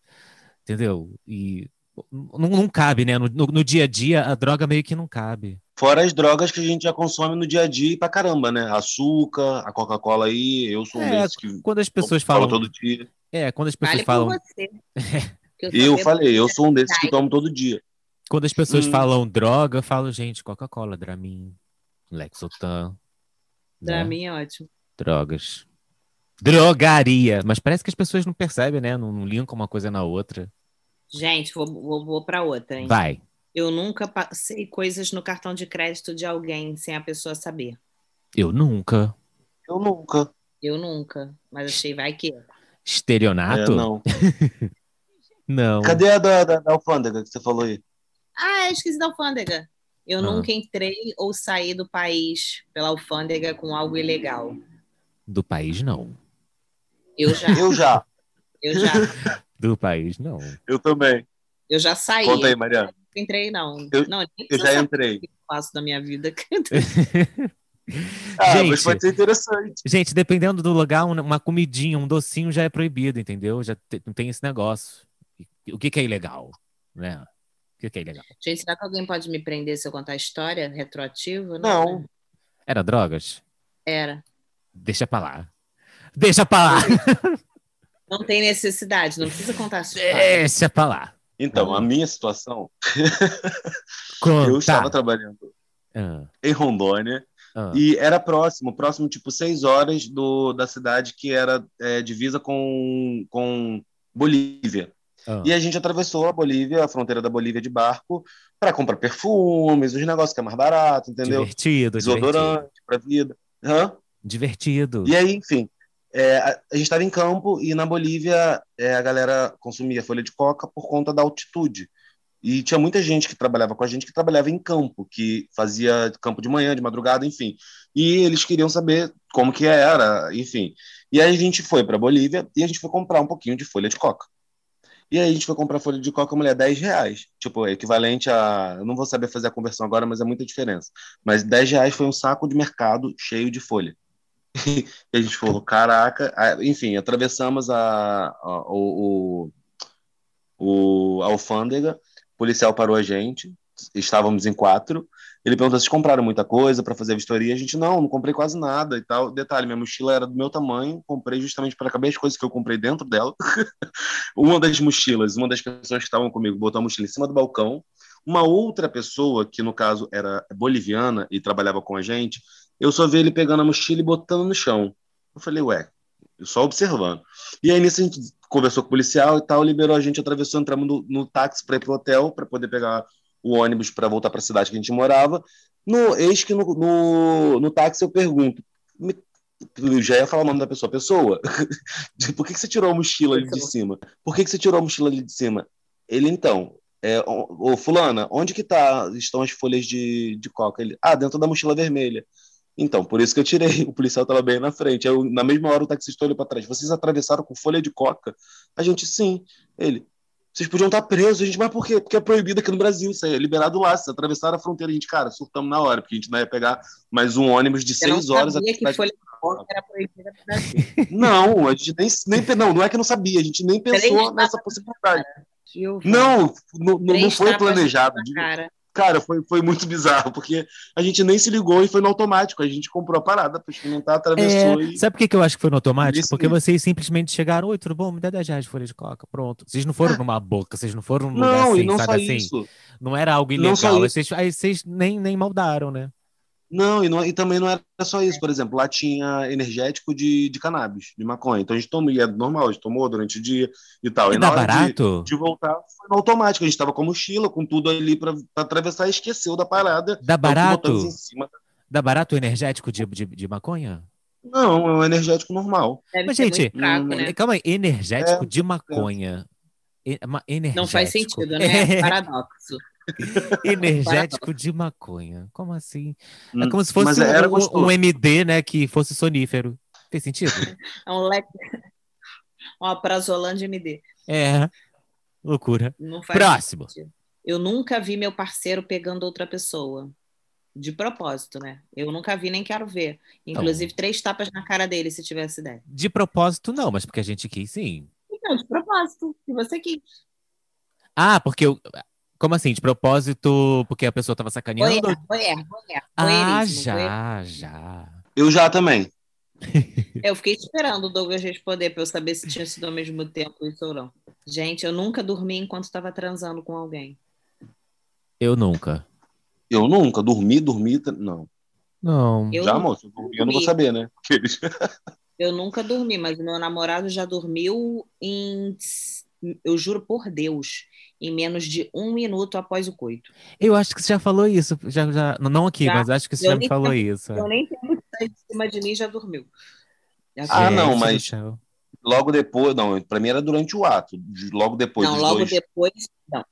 Speaker 1: entendeu? E não, não cabe, né? No, no- no dia a dia, a droga meio que não cabe.
Speaker 2: Fora as drogas que a gente já consome no dia a dia e pra caramba, né? Açúcar, a Coca-Cola aí, eu sou um
Speaker 1: É,
Speaker 2: desses que
Speaker 1: Quando as pessoas
Speaker 2: falo
Speaker 1: falam.
Speaker 2: todo dia.
Speaker 1: É, quando as pessoas
Speaker 3: Fale
Speaker 1: falam.
Speaker 3: por
Speaker 1: [LAUGHS]
Speaker 3: você. Que só
Speaker 2: Eu
Speaker 3: bebo-
Speaker 2: falei, eu sou um desses que tomo todo dia.
Speaker 1: Quando as pessoas
Speaker 2: Hum.
Speaker 1: falam droga, eu falo, gente, Coca-Cola, Dramin, Lexotan.
Speaker 3: Pra
Speaker 1: né?
Speaker 3: mim é ótimo.
Speaker 1: Drogas. Drogaria. Mas parece que as pessoas não percebem, né? Não, não linkam uma coisa na outra.
Speaker 3: Gente, vou, vou, vou pra outra, hein?
Speaker 1: Vai.
Speaker 3: Eu nunca passei coisas no cartão de crédito de alguém sem a pessoa saber.
Speaker 1: Eu nunca.
Speaker 2: Eu nunca.
Speaker 3: Eu nunca. Mas achei, vai que.
Speaker 2: É,
Speaker 1: Estelionato? não.
Speaker 2: não. Cadê a da, da, da alfândega que você falou aí?
Speaker 3: Ah, eu esqueci da alfândega. Eu
Speaker 1: Ah.
Speaker 3: nunca entrei ou saí do país pela alfândega com algo ilegal.
Speaker 1: Do país,
Speaker 2: Hum.
Speaker 1: não.
Speaker 3: Eu já,
Speaker 2: Eu já.
Speaker 3: eu já,
Speaker 1: Do país, não.
Speaker 2: [LAUGHS] Eu também.
Speaker 3: eu já saí.
Speaker 2: Conta aí,
Speaker 3: Eu
Speaker 2: Mariana.
Speaker 3: não entrei, não.
Speaker 2: Eu-
Speaker 3: não, nem
Speaker 2: Eu
Speaker 3: precisa
Speaker 2: já
Speaker 3: saber
Speaker 2: entrei.
Speaker 3: o que eu faço da minha vida. [LAUGHS]
Speaker 2: Ah,
Speaker 1: Gente.
Speaker 2: mas pode ser interessante.
Speaker 1: Gente, dependendo do lugar, um- uma comidinha, um docinho já é proibido, entendeu? Já te- não tem esse negócio. E- O que, que é ilegal? Né? O que, que é ilegal?
Speaker 3: Gente, será que alguém pode me prender se eu contar a história retroativa?
Speaker 2: Não.
Speaker 3: né?
Speaker 1: Era drogas?
Speaker 3: Era.
Speaker 1: Deixa pra lá. Deixa pra lá!
Speaker 3: Não tem necessidade, não precisa
Speaker 2: É,
Speaker 3: contar a história.
Speaker 1: Deixa pra lá.
Speaker 2: Então,
Speaker 1: Hum.
Speaker 2: a minha situação,
Speaker 1: Conta.
Speaker 2: eu estava trabalhando
Speaker 1: Ah,
Speaker 2: em Rondônia
Speaker 1: ah.
Speaker 2: e era próximo, próximo tipo seis horas do, da cidade que era é, divisa com, com Bolívia.
Speaker 1: Ah.
Speaker 2: E é, a gente atravessou a Bolívia, a fronteira da Bolívia de barco, para comprar perfumes, os negócios que é mais barato, entendeu?
Speaker 1: Divertido, divertido.
Speaker 2: Desodorante para vida. Hã?
Speaker 1: Divertido.
Speaker 2: E aí, enfim, é, a, a gente estava em campo e na Bolívia é, a galera consumia folha de coca por conta da altitude. E tinha muita gente que trabalhava com a gente que trabalhava em campo, que fazia campo de manhã, de madrugada, enfim. E eles queriam saber como que era, enfim. E aí a gente foi para Bolívia e a gente foi comprar um pouquinho de folha de coca. E aí a gente foi comprar folha de coca, mulher, 10 reais. Tipo, é equivalente a... Eu não vou saber fazer a conversão agora, mas é muita diferença. Mas 10 reais foi um saco de mercado cheio de folha. E a gente falou, caraca, Ah, enfim, atravessamos a, a- o, o, o a alfândega, o policial parou a gente, estávamos em quatro, ele perguntou, vocês compraram muita coisa para fazer a vistoria? A gente, não, não comprei quase nada e tal. Detalhe, minha mochila era do meu tamanho, comprei justamente para caber as coisas que eu comprei dentro dela. [LAUGHS] uma das mochilas, uma das pessoas que estavam comigo botou a mochila em cima do balcão, uma outra pessoa, que no caso era boliviana e trabalhava com a gente, eu só vi ele pegando a mochila e botando no chão. Eu falei, ué, eu só observando. E aí nisso a gente conversou com o policial e tal, liberou a gente, atravessou, entramos no, no táxi para ir pro hotel para poder pegar o o ônibus para voltar para a cidade que a gente morava. No, eis que no, no, no táxi eu pergunto, me, eu já ia falar o nome da pessoa, pessoa, [LAUGHS] por que, que você tirou a mochila ali de cima? Por que, que você tirou a mochila ali de cima? Ele, então, é, ô, ô, fulana, onde que tá, estão as folhas de, de coca? Ele, ah, dentro da mochila vermelha. Então, por isso que eu tirei. [LAUGHS] O policial estava bem na frente. Eu, na mesma hora, o taxista olhou para trás. Vocês atravessaram com folha de coca? A gente, sim. Ele, vocês podiam estar presos. A gente, mas por quê? Porque é proibido aqui no Brasil. Isso aí é liberado lá. Vocês atravessaram a fronteira. A gente, cara, surtamos na hora, porque a gente não ia pegar mais um ônibus de
Speaker 3: Eu não
Speaker 2: seis horas.
Speaker 3: sabia
Speaker 2: até
Speaker 3: que
Speaker 2: cidade-
Speaker 3: folha de coca era proibida no Brasil.
Speaker 2: Não, a gente nem, nem- Não, não é que não sabia. A gente nem pensou
Speaker 3: Três
Speaker 2: nessa possibilidade.
Speaker 3: Gil,
Speaker 2: Não, não, não- não
Speaker 3: Três
Speaker 2: foi
Speaker 3: tapas na
Speaker 2: planejado.
Speaker 3: Cara,
Speaker 2: Cara, foi, foi muito bizarro, porque a gente nem se ligou e foi no automático. A gente comprou a parada para experimentar, atravessou
Speaker 1: É,
Speaker 2: e.
Speaker 1: sabe por que que eu acho que foi no automático?
Speaker 2: Isso
Speaker 1: Porque
Speaker 2: mesmo.
Speaker 1: vocês simplesmente chegaram, oi, tudo bom? Me dá 10 reais de folha de coca, pronto. Vocês não foram numa boca, vocês não foram num lugar
Speaker 2: Ah. Não,
Speaker 1: assim,
Speaker 2: e não
Speaker 1: sabe
Speaker 2: só
Speaker 1: assim?
Speaker 2: isso.
Speaker 1: Não era algo
Speaker 2: Não só
Speaker 1: ilegal, aí vocês, aí vocês nem, nem maldaram, né?
Speaker 2: Não e, não, e também não era só isso. Por exemplo, lá tinha energético de, de cannabis, de maconha. Então a gente tomou, e é normal, a gente tomou durante o dia e tal.
Speaker 1: E
Speaker 2: e na
Speaker 1: dá
Speaker 2: hora de-
Speaker 1: barato?
Speaker 2: De, voltar, foi no automático. A gente estava com a mochila, com tudo ali para atravessar, e esqueceu da parada.
Speaker 1: Dá
Speaker 2: Então,
Speaker 1: barato?
Speaker 2: botamos em cima.
Speaker 1: Dá barato o energético de, de, de maconha?
Speaker 2: Não, é um energético normal.
Speaker 3: deve
Speaker 1: Mas,
Speaker 3: ser
Speaker 1: gente, hum,
Speaker 3: muito fraco, né?
Speaker 1: Calma aí, energético
Speaker 2: É,
Speaker 1: de maconha. E- ma- energético.
Speaker 3: Não
Speaker 1: [LAUGHS]
Speaker 3: faz sentido, né? Paradoxo.
Speaker 1: energético de maconha. Como assim? É
Speaker 2: Hum,
Speaker 1: como se fosse
Speaker 2: Mas
Speaker 1: um,
Speaker 2: era
Speaker 1: um-
Speaker 2: gostoso.
Speaker 1: um MD, né? Que fosse sonífero. Tem
Speaker 3: [LAUGHS]
Speaker 1: sentido?
Speaker 3: É um leque. Uma prazolândia MD.
Speaker 1: é. Loucura.
Speaker 3: Não faz
Speaker 1: Próximo.
Speaker 3: Eu nunca vi meu parceiro pegando outra pessoa. De propósito, né? Eu nunca vi, nem quero
Speaker 1: Tá
Speaker 3: ver. Inclusive, três tapas na cara dele, se tivesse ideia.
Speaker 1: De propósito, não, mas porque a gente quis, sim.
Speaker 3: Então, de propósito. Se você quis.
Speaker 1: Ah, porque eu. Como assim? De propósito, porque a pessoa tava sacaneando?
Speaker 3: Voyeur, voyeur, voyeur.
Speaker 1: ah,
Speaker 3: Voyeurismo, voyeur.
Speaker 1: já, já.
Speaker 2: Eu já também.
Speaker 3: Eu fiquei esperando o Douglas responder pra eu saber se tinha sido ao mesmo tempo isso ou não. Gente, eu nunca dormi enquanto estava transando com alguém.
Speaker 1: Eu nunca.
Speaker 2: Eu nunca dormi, dormi. tra- Não.
Speaker 1: Não.
Speaker 3: Eu,
Speaker 2: já,
Speaker 3: nu-
Speaker 2: moço, eu, dormi, eu não vou
Speaker 3: dormi.
Speaker 2: saber, né? [LAUGHS]
Speaker 3: eu nunca dormi, mas o meu namorado já dormiu em. Eu juro por Deus, em menos de um minuto após o coito.
Speaker 1: Eu acho que você já falou isso. Já, já, não aqui,
Speaker 3: Já.
Speaker 1: mas acho que você
Speaker 3: Eu
Speaker 1: já me
Speaker 3: nem
Speaker 1: falou isso. é.
Speaker 3: Eu nem tenho que sair de cima de mim já dormiu. Já
Speaker 2: Ah,
Speaker 1: Gente
Speaker 2: não,
Speaker 1: do
Speaker 2: mas-
Speaker 1: céu.
Speaker 2: Logo depois, não, pra mim era durante o ato. de- Logo depois
Speaker 3: não,
Speaker 2: dos
Speaker 3: logo
Speaker 2: dois.
Speaker 3: depois, não.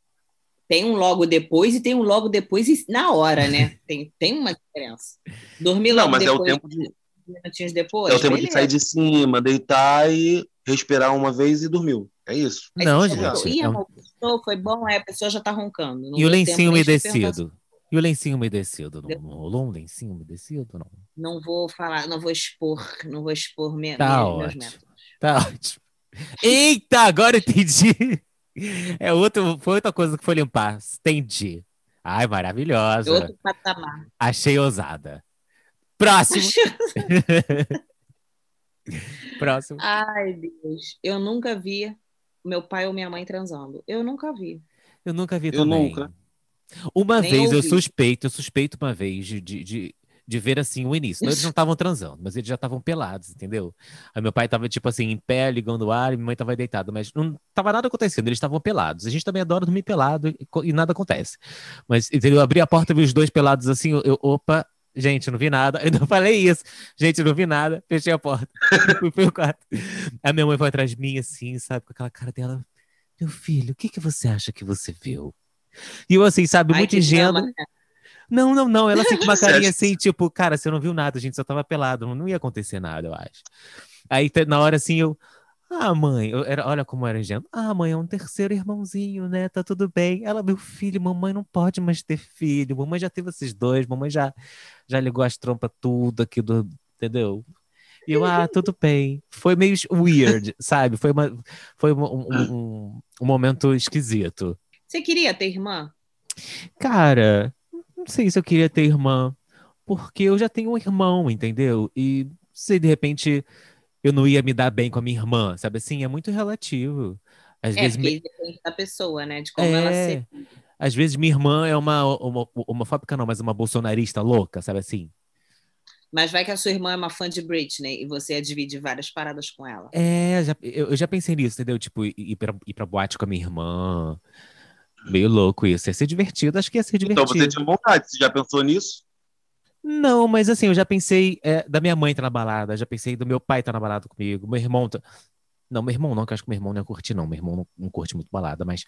Speaker 3: Tem um logo depois e tem um logo depois e na hora, né? Tem, tem uma diferença. Dormir
Speaker 2: Não,
Speaker 3: logo
Speaker 2: mas é o
Speaker 3: depois,
Speaker 2: tempo de.
Speaker 3: minutinhos depois,
Speaker 2: É o tempo de
Speaker 3: beleza.
Speaker 2: sair de cima, deitar e respirar uma vez e dormiu. É isso.
Speaker 3: Aí
Speaker 1: Não,
Speaker 3: você chegou,
Speaker 1: gente.
Speaker 3: Ih,
Speaker 1: é um-
Speaker 3: amor, gostou? Foi bom? É, a pessoa já tá roncando. Não
Speaker 1: E o
Speaker 3: deu
Speaker 1: lencinho
Speaker 3: tempo nem de perguntar.
Speaker 1: umedecido? E o lencinho umedecido? Não,
Speaker 3: Deu.
Speaker 1: não rolou um lencinho umedecido? Não.
Speaker 3: Não vou falar, não vou expor, não vou expor me,
Speaker 1: Tá
Speaker 3: me- meus
Speaker 1: ótimo.
Speaker 3: métodos. [LAUGHS]
Speaker 1: Tá ótimo. Eita, agora eu entendi. [LAUGHS] É outro, foi outra coisa que foi limpar. Entendi. Ai,
Speaker 3: É
Speaker 1: maravilhosa.
Speaker 3: outro patamar.
Speaker 1: Achei ousada. Próximo, próximo.
Speaker 3: [LAUGHS] Ai, Deus. Eu nunca vi meu pai ou minha mãe transando. Eu nunca vi.
Speaker 1: Eu nunca vi
Speaker 2: Eu
Speaker 1: também.
Speaker 2: nunca.
Speaker 1: Uma
Speaker 3: Nem
Speaker 1: vez eu
Speaker 3: ouvi.
Speaker 1: suspeito, eu suspeito uma vez de, de, de, de ver assim o início. Não, Eles não estavam transando, mas eles já estavam pelados, entendeu? Aí meu pai tava tipo assim, em pé, ligando o ar, e minha mãe tava deitada, mas não tava nada acontecendo, eles estavam pelados. A gente também adora dormir pelado e, co- e nada acontece. Mas entendeu? eu abri a porta, vi os dois pelados assim, eu, eu, opa, gente, eu não vi nada. [LAUGHS] Eu não falei isso, gente, eu não vi nada, fechei a porta, [LAUGHS] fui pro quarto. A minha mãe foi atrás de mim assim, sabe, com aquela cara dela. Meu filho, o que, que você acha que você viu? E eu assim, sabe,
Speaker 3: Ai,
Speaker 1: muito
Speaker 3: que
Speaker 1: ingênuo.
Speaker 3: drama, né?
Speaker 1: Não, não, não. Ela assim com uma
Speaker 2: [LAUGHS] Você
Speaker 1: carinha
Speaker 2: acha-
Speaker 1: assim, tipo, cara, você não viu nada, gente, só tava pelado, não ia acontecer nada, eu acho. Aí te- na hora assim eu. Ah, mãe, eu era, olha como eu era ingênuo. Ah, mãe, é um terceiro irmãozinho, né? Tá tudo bem. Ela, meu filho, mamãe não pode mais ter filho. Mamãe já teve esses dois, mamãe já, já ligou as trompas tudo aqui do. Entendeu? E eu, ah, tudo bem. Foi meio weird, sabe? Foi, uma, foi um- um- um- um momento esquisito.
Speaker 3: Você queria ter irmã?
Speaker 1: Cara, não sei se eu queria ter irmã, porque eu já tenho um irmão, entendeu? E se de repente eu não ia me dar bem com a minha irmã, sabe assim? É muito relativo. Às
Speaker 3: É,
Speaker 1: vezes, me-
Speaker 3: porque depende da pessoa, né? De como ela
Speaker 1: é,
Speaker 3: se.
Speaker 1: às vezes minha irmã é uma, uma homofóbica, não, mas uma bolsonarista louca, sabe assim?
Speaker 3: Mas vai que a sua irmã é uma fã de Britney e você ia dividir várias paradas com ela.
Speaker 1: É, já- eu, eu já pensei nisso, entendeu? Tipo, ir pra, ir pra boate com a minha irmã. Meio louco isso. Ia ser divertido, acho que ia ser é divertido.
Speaker 2: Então você tinha vontade, você já pensou nisso?
Speaker 1: Não, mas assim, eu já pensei é, da minha mãe tá na balada, já pensei do meu pai tá na balada comigo, meu irmão tá... Não, meu irmão não, que eu acho que meu irmão não ia curtir, não. Meu irmão não, não curte muito balada, mas,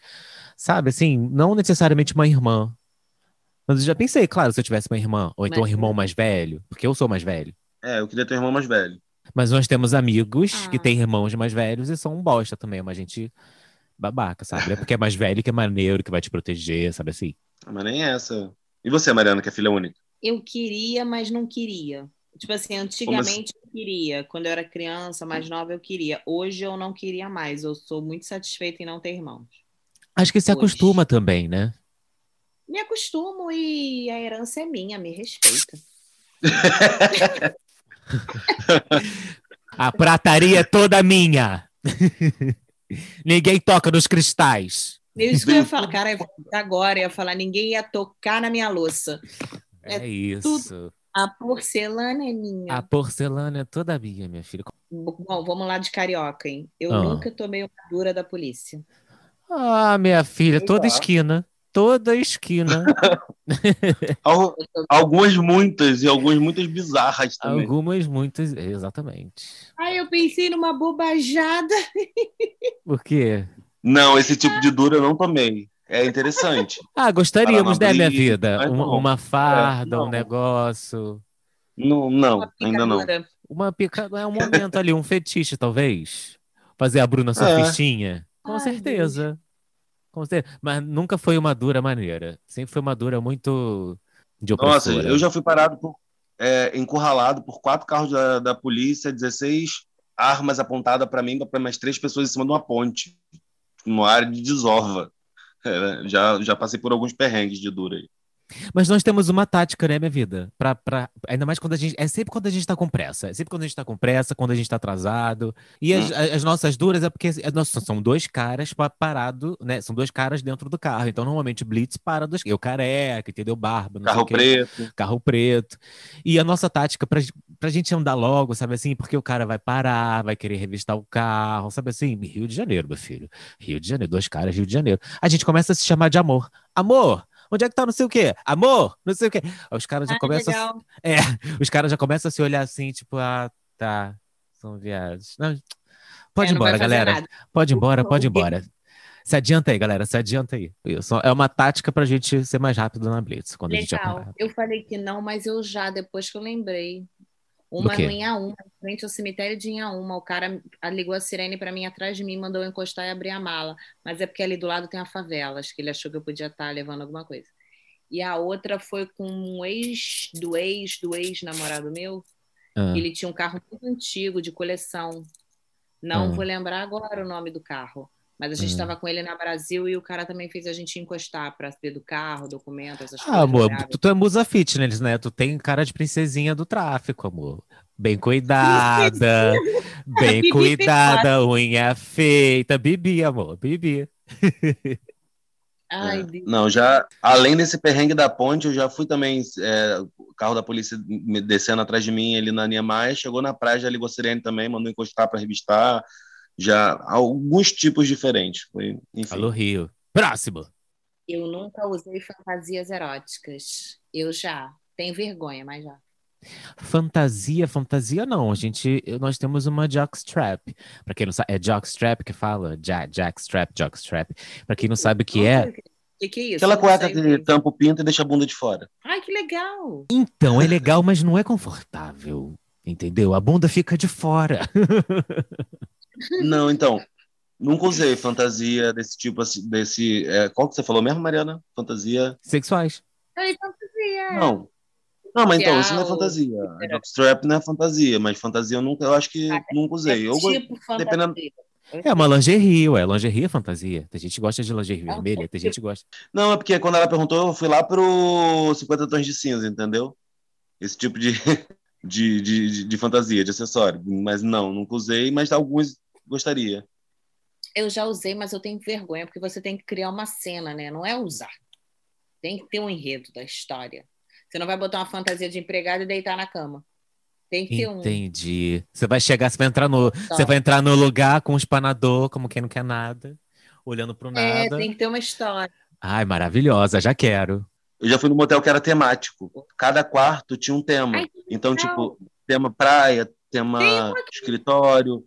Speaker 1: sabe, assim, não necessariamente uma irmã. Mas eu já pensei, claro, se eu tivesse uma irmã, ou então um
Speaker 3: Mas-
Speaker 1: irmão mais velho, porque eu sou mais velho.
Speaker 2: É, eu queria ter um irmão mais velho.
Speaker 1: Mas nós temos amigos que
Speaker 3: Ah.
Speaker 1: têm irmãos mais velhos e são um bosta também, uma gente babaca, sabe? É porque é mais velho que é maneiro, que vai te proteger, sabe assim?
Speaker 2: Ah, Mas nem essa. E você, Mariana, que é filha
Speaker 1: [LAUGHS]
Speaker 2: única?
Speaker 3: Eu queria, mas não queria. Tipo assim, antigamente eu queria. Quando eu era criança, mais nova, eu queria. Hoje eu não queria mais. Eu sou muito satisfeita em não ter irmãos.
Speaker 1: Acho que se
Speaker 3: Pois.
Speaker 1: acostuma também, né?
Speaker 3: Me acostumo e a herança é minha, me respeita.
Speaker 1: A prataria é toda [LAUGHS] minha. Ninguém toca nos cristais.
Speaker 3: Eu É isso que eu ia falar, cara, eu vou contar agora eu ia falar, ninguém ia tocar na minha louça. É
Speaker 1: É, isso.
Speaker 3: A porcelana é minha.
Speaker 1: A porcelana é toda minha, minha filha.
Speaker 3: Bom, vamos lá de carioca, hein? Eu
Speaker 1: Ah.
Speaker 3: nunca tomei uma dura da polícia.
Speaker 1: Ah, minha filha,
Speaker 2: Sei
Speaker 1: toda
Speaker 2: lá.
Speaker 1: esquina. Toda esquina.
Speaker 2: Al-
Speaker 3: Eu tô-
Speaker 2: Algumas muitas, e algumas muitas bizarras [LAUGHS] também.
Speaker 1: Algumas, muitas. Exatamente.
Speaker 3: Ai, eu pensei numa bobajada.
Speaker 1: Por quê?
Speaker 2: Não, esse tipo de dura eu não tomei. É interessante.
Speaker 1: Ah, gostaríamos, né, minha
Speaker 2: Paranabrisa,
Speaker 1: vida?
Speaker 2: mas
Speaker 1: Um-
Speaker 2: não.
Speaker 1: uma farda, um
Speaker 2: É, não.
Speaker 1: negócio.
Speaker 2: não,
Speaker 3: Uma
Speaker 2: não, ainda não.
Speaker 3: picadura.
Speaker 1: Uma pica... É um momento ali, um fetiche, talvez. Fazer a Bruna
Speaker 2: É.
Speaker 1: surfistinha. Com
Speaker 3: Ai,
Speaker 1: certeza. Com certeza. Mas nunca foi uma dura maneira. Sempre foi uma dura muito de
Speaker 2: Nossa,
Speaker 1: opressora.
Speaker 2: eu já fui parado por é, encurralado por quatro carros da, da polícia, 16 armas apontadas para mim, para mais três pessoas em cima de uma ponte, numa área de desova. É, já, já passei por alguns perrengues de dura aí.
Speaker 1: Mas nós temos uma tática, né, minha vida? Pra, pra... Ainda mais quando a gente. É sempre quando a gente tá com pressa. É sempre quando a gente tá com pressa, quando a gente tá atrasado. E as, a-
Speaker 2: Hum.
Speaker 1: as nossas duras é porque. é, nossa, são dois caras pa- parado, né? São dois caras dentro do carro. Então, normalmente, Blitz para dos. Eu careca, entendeu? Barba, não sei o
Speaker 2: Carro
Speaker 1: quê
Speaker 2: preto.
Speaker 1: carro preto. E a nossa tática pra, pra gente andar logo, sabe assim? Porque o cara vai parar, vai querer revistar o carro, sabe assim? Rio de Janeiro, meu filho. Rio de Janeiro, dois caras, Rio de Janeiro. A gente começa a se chamar de amor. Amor! Onde é que tá não sei o quê? Amor! Não sei o quê. Aí Os caras já
Speaker 3: Ah,
Speaker 1: começam, a-
Speaker 3: legal.
Speaker 1: os caras já começam a se olhar assim, tipo, ah, tá, são viados. Não, pode
Speaker 3: É,
Speaker 1: ir
Speaker 3: não vai
Speaker 1: embora,
Speaker 3: fazer
Speaker 1: galera.
Speaker 3: nada.
Speaker 1: Pode ir
Speaker 3: [LAUGHS]
Speaker 1: embora,
Speaker 3: O-
Speaker 1: pode ir
Speaker 3: o que-
Speaker 1: embora. Se adianta aí, galera, se adianta aí. Isso é uma tática pra gente ser mais rápido na Blitz, quando a gente é
Speaker 3: Legal. Eu falei que não, mas eu já, depois que eu lembrei.
Speaker 1: Do
Speaker 3: Uma
Speaker 1: quê?
Speaker 3: no Inhaúma, em frente ao cemitério de Inhaúma. O cara ligou a sirene pra mim atrás de mim, mandou eu encostar e abrir a mala. Mas é porque ali do lado tem a favela. Acho que ele achou que eu podia estar levando alguma coisa. E a outra foi com um ex do ex do ex-namorado meu.
Speaker 1: Ah.
Speaker 3: Ele tinha um carro muito antigo, de coleção. Não
Speaker 1: Ah.
Speaker 3: vou lembrar agora o nome do carro. Mas a gente
Speaker 1: Ah.
Speaker 3: estava com ele na Brasil e o cara também fez a gente encostar para saber do carro, documento, essas coisas. né,
Speaker 1: Ah, amor,
Speaker 3: grave.
Speaker 1: tu, tu é musa fitness, né? Tu tem cara de princesinha do tráfico, amor. Bem
Speaker 3: [LAUGHS]
Speaker 1: cuidada, bem
Speaker 3: Bibi
Speaker 1: cuidada, unha feita. Bibi, amor, Bibi.
Speaker 3: Ai,
Speaker 2: É.
Speaker 3: Deus.
Speaker 2: Não, já além desse perrengue da ponte, eu já fui também é, o carro da polícia me descendo atrás de mim ali na linha mais, chegou na praia, já ligou a sirene também, mandou encostar para revistar, já alguns tipos diferentes. Foi, enfim.
Speaker 1: Alô, Rio. Próximo.
Speaker 3: Eu nunca usei fantasias eróticas. Eu já. Tenho vergonha, mas já.
Speaker 1: Fantasia, fantasia não. A gente, nós temos uma jockstrap. Pra quem não sabe, é jockstrap que fala? Ja, jackstrap, jockstrap. Pra quem não sabe o que é,
Speaker 3: O que, que é isso?
Speaker 2: Aquela
Speaker 3: Eu não
Speaker 2: cueca
Speaker 3: sei o
Speaker 2: que
Speaker 3: que é.
Speaker 2: tampa o pinto e deixa a bunda de
Speaker 3: [LAUGHS]
Speaker 2: fora.
Speaker 3: Ai, que legal!
Speaker 2: Ah,
Speaker 1: então é legal, mas não é confortável. Entendeu? A bunda fica de fora. [LAUGHS]
Speaker 2: Não, então, nunca usei fantasia desse tipo, assim, desse... é, qual que você falou mesmo, Mariana? Fantasia?
Speaker 1: Sexuais.
Speaker 3: Ai, fantasia!
Speaker 2: Não. Não, mas então, isso não é
Speaker 3: Social.
Speaker 2: fantasia. Strap não é fantasia, mas fantasia eu nunca, eu acho que nunca
Speaker 3: É
Speaker 2: usei. Eu go-
Speaker 3: tipo fantasia.
Speaker 2: dependendo-
Speaker 1: É uma lingerie, ué. Lingerie é fantasia. Tem gente que gosta de lingerie
Speaker 3: É um
Speaker 1: vermelha, tem gente que gosta.
Speaker 2: Não, é porque quando ela perguntou, eu fui lá pro 50 tons de cinza, entendeu? Esse tipo de, [LAUGHS] de, de, de- de fantasia, de acessório. Mas não, nunca usei, mas alguns gostaria.
Speaker 3: Eu já usei, mas eu tenho vergonha, porque você tem que criar uma cena, né? Não é usar. Tem que ter um enredo da história. Você não vai botar uma fantasia de empregada e deitar na cama. Tem que ter um. Tá.
Speaker 1: Entendi. Você vai chegar, você vai entrar no, você vai entrar no lugar com um espanador, como quem não quer nada, olhando pro
Speaker 3: É,
Speaker 1: nada.
Speaker 3: tem que ter uma história.
Speaker 1: Ai, maravilhosa, já quero.
Speaker 2: Eu já fui num motel que era temático. Cada quarto tinha um tema.
Speaker 3: Ai, que
Speaker 2: então,
Speaker 3: legal.
Speaker 2: tipo, tema praia, tema
Speaker 3: Tem uma
Speaker 2: escritório.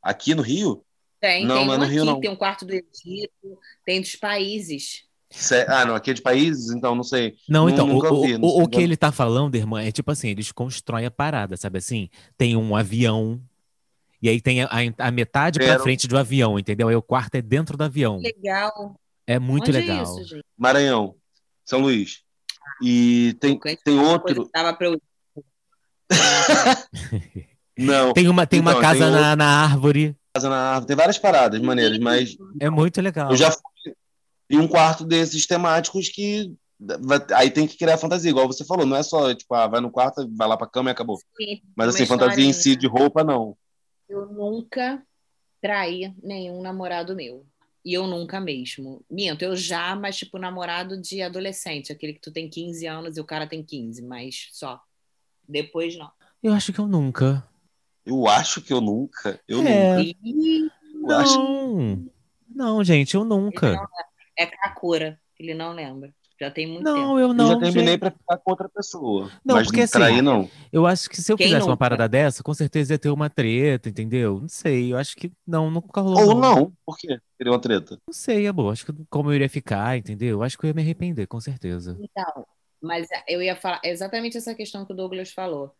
Speaker 2: Aqui no Rio?
Speaker 3: Tem,
Speaker 2: Não,
Speaker 3: tem
Speaker 2: não é
Speaker 3: um
Speaker 2: no
Speaker 3: aqui,
Speaker 2: Rio, não.
Speaker 3: tem um quarto do Egito, tem dos países.
Speaker 2: Cé- Ah, não, aqui é de países, então não sei.
Speaker 1: Não,
Speaker 2: Nun-
Speaker 1: então, o,
Speaker 2: nunca
Speaker 1: o-
Speaker 2: vi,
Speaker 1: o-
Speaker 2: não sei
Speaker 1: o que
Speaker 2: como.
Speaker 1: ele tá falando, irmã, é tipo assim, eles constroem a parada, sabe assim? Tem um avião, e aí tem a, a metade pra
Speaker 2: Zero.
Speaker 1: frente do avião, entendeu? Aí o quarto é dentro do avião.
Speaker 3: Legal.
Speaker 1: É muito
Speaker 3: Onde
Speaker 1: legal.
Speaker 3: é isso, gente?
Speaker 2: Maranhão, São Luís. E tem,
Speaker 3: Nunca
Speaker 2: tem
Speaker 3: Coisa
Speaker 2: outro.
Speaker 3: que tava pra eu ir.
Speaker 2: Não,
Speaker 1: Tem uma, tem uma
Speaker 2: Então,
Speaker 1: casa
Speaker 2: tem
Speaker 1: na, na árvore.
Speaker 2: casa na árvore. Tem várias paradas, maneiras, mas
Speaker 1: É muito legal.
Speaker 2: eu já fui em um quarto desses temáticos que. vai- Aí tem que criar fantasia, igual você falou, não é só, tipo, ah, vai no quarto, vai lá pra cama e acabou.
Speaker 3: Sim,
Speaker 2: Mas
Speaker 3: uma
Speaker 2: assim, fantasia em si
Speaker 3: historinha.
Speaker 2: de roupa, não.
Speaker 3: Eu nunca traí nenhum namorado meu. E eu nunca mesmo. Minto, eu já, mas tipo namorado de adolescente, aquele que tu tem 15 anos e o cara tem 15, mas só. Depois não.
Speaker 1: Eu acho que eu nunca.
Speaker 2: Eu acho que eu nunca. Eu
Speaker 1: É.
Speaker 2: nunca.
Speaker 3: Ih,
Speaker 2: Eu acho
Speaker 1: Não. Não, gente, eu
Speaker 3: ele
Speaker 1: nunca.
Speaker 3: não lembra. É Kakura, ele não lembra. Já tem muito tempo.
Speaker 1: Não, eu não.
Speaker 2: eu já terminei
Speaker 1: gente.
Speaker 2: pra ficar com outra pessoa.
Speaker 1: Não,
Speaker 2: mas
Speaker 1: porque
Speaker 2: não traí,
Speaker 1: assim-
Speaker 2: não.
Speaker 1: Eu acho que se eu
Speaker 3: Quem
Speaker 1: fizesse uma
Speaker 3: nunca?
Speaker 1: parada dessa, com certeza ia ter uma treta, entendeu? Não sei, eu acho que não, nunca rolou.
Speaker 2: Ou
Speaker 1: não.
Speaker 2: não, por quê? Seria uma treta.
Speaker 1: Não sei, é bom. Acho que como eu iria ficar, entendeu? Acho que eu ia me arrepender, com certeza.
Speaker 3: Então, mas eu ia falar exatamente essa questão que o Douglas falou.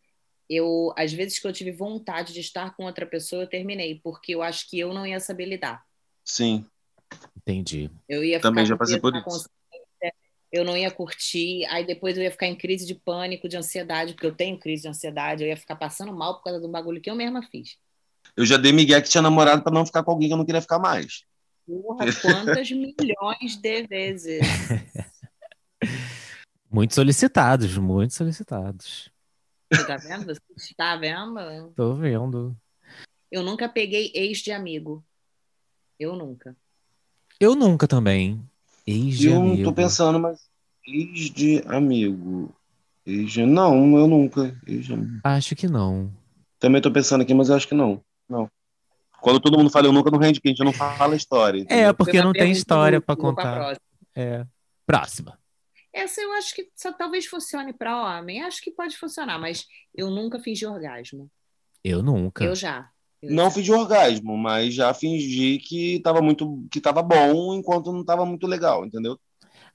Speaker 3: Eu, às vezes que eu tive vontade de estar com outra pessoa, eu terminei, porque eu acho que eu não ia saber lidar.
Speaker 2: Sim.
Speaker 1: Entendi.
Speaker 3: Eu ia
Speaker 2: Também
Speaker 3: ficar
Speaker 2: já
Speaker 3: com
Speaker 2: passei
Speaker 3: peso
Speaker 2: por
Speaker 3: na
Speaker 2: isso.
Speaker 3: consciência, Eu não ia curtir, aí depois eu ia ficar em crise de pânico, de ansiedade, porque eu tenho crise de ansiedade, eu ia ficar passando mal por causa do bagulho que eu mesma fiz.
Speaker 2: Eu já dei migué que tinha namorado pra não ficar com alguém que eu não queria ficar mais. [LAUGHS]
Speaker 3: Porra, quantas milhões de vezes.
Speaker 1: Muito solicitados, muito solicitados.
Speaker 3: Você tá vendo? Você tá vendo?
Speaker 1: Tô vendo.
Speaker 3: Eu nunca peguei ex de amigo. Eu nunca.
Speaker 1: Eu nunca também. Ex de
Speaker 2: eu
Speaker 1: amigo.
Speaker 2: não tô pensando, mas ex de amigo. Ex de... Não, eu nunca. Ex de amigo.
Speaker 1: Acho que não.
Speaker 2: Também tô pensando aqui, mas eu acho que não. Não. Quando todo mundo fala eu nunca, não rende, porque a gente não fala a história.
Speaker 1: É,
Speaker 2: entendeu?
Speaker 1: porque
Speaker 3: Foi uma
Speaker 1: não tem
Speaker 3: pergunta
Speaker 1: história pra
Speaker 3: útil, um vou com a
Speaker 1: contar.
Speaker 3: próxima.
Speaker 1: É. Próxima.
Speaker 3: Essa eu acho que só talvez funcione para homem. Acho que pode funcionar, mas eu nunca fingi orgasmo.
Speaker 1: Eu nunca.
Speaker 3: Eu já. Eu
Speaker 2: Não
Speaker 3: já.
Speaker 2: fingi orgasmo, mas já fingi que tava muito, que tava bom enquanto não tava muito legal, entendeu?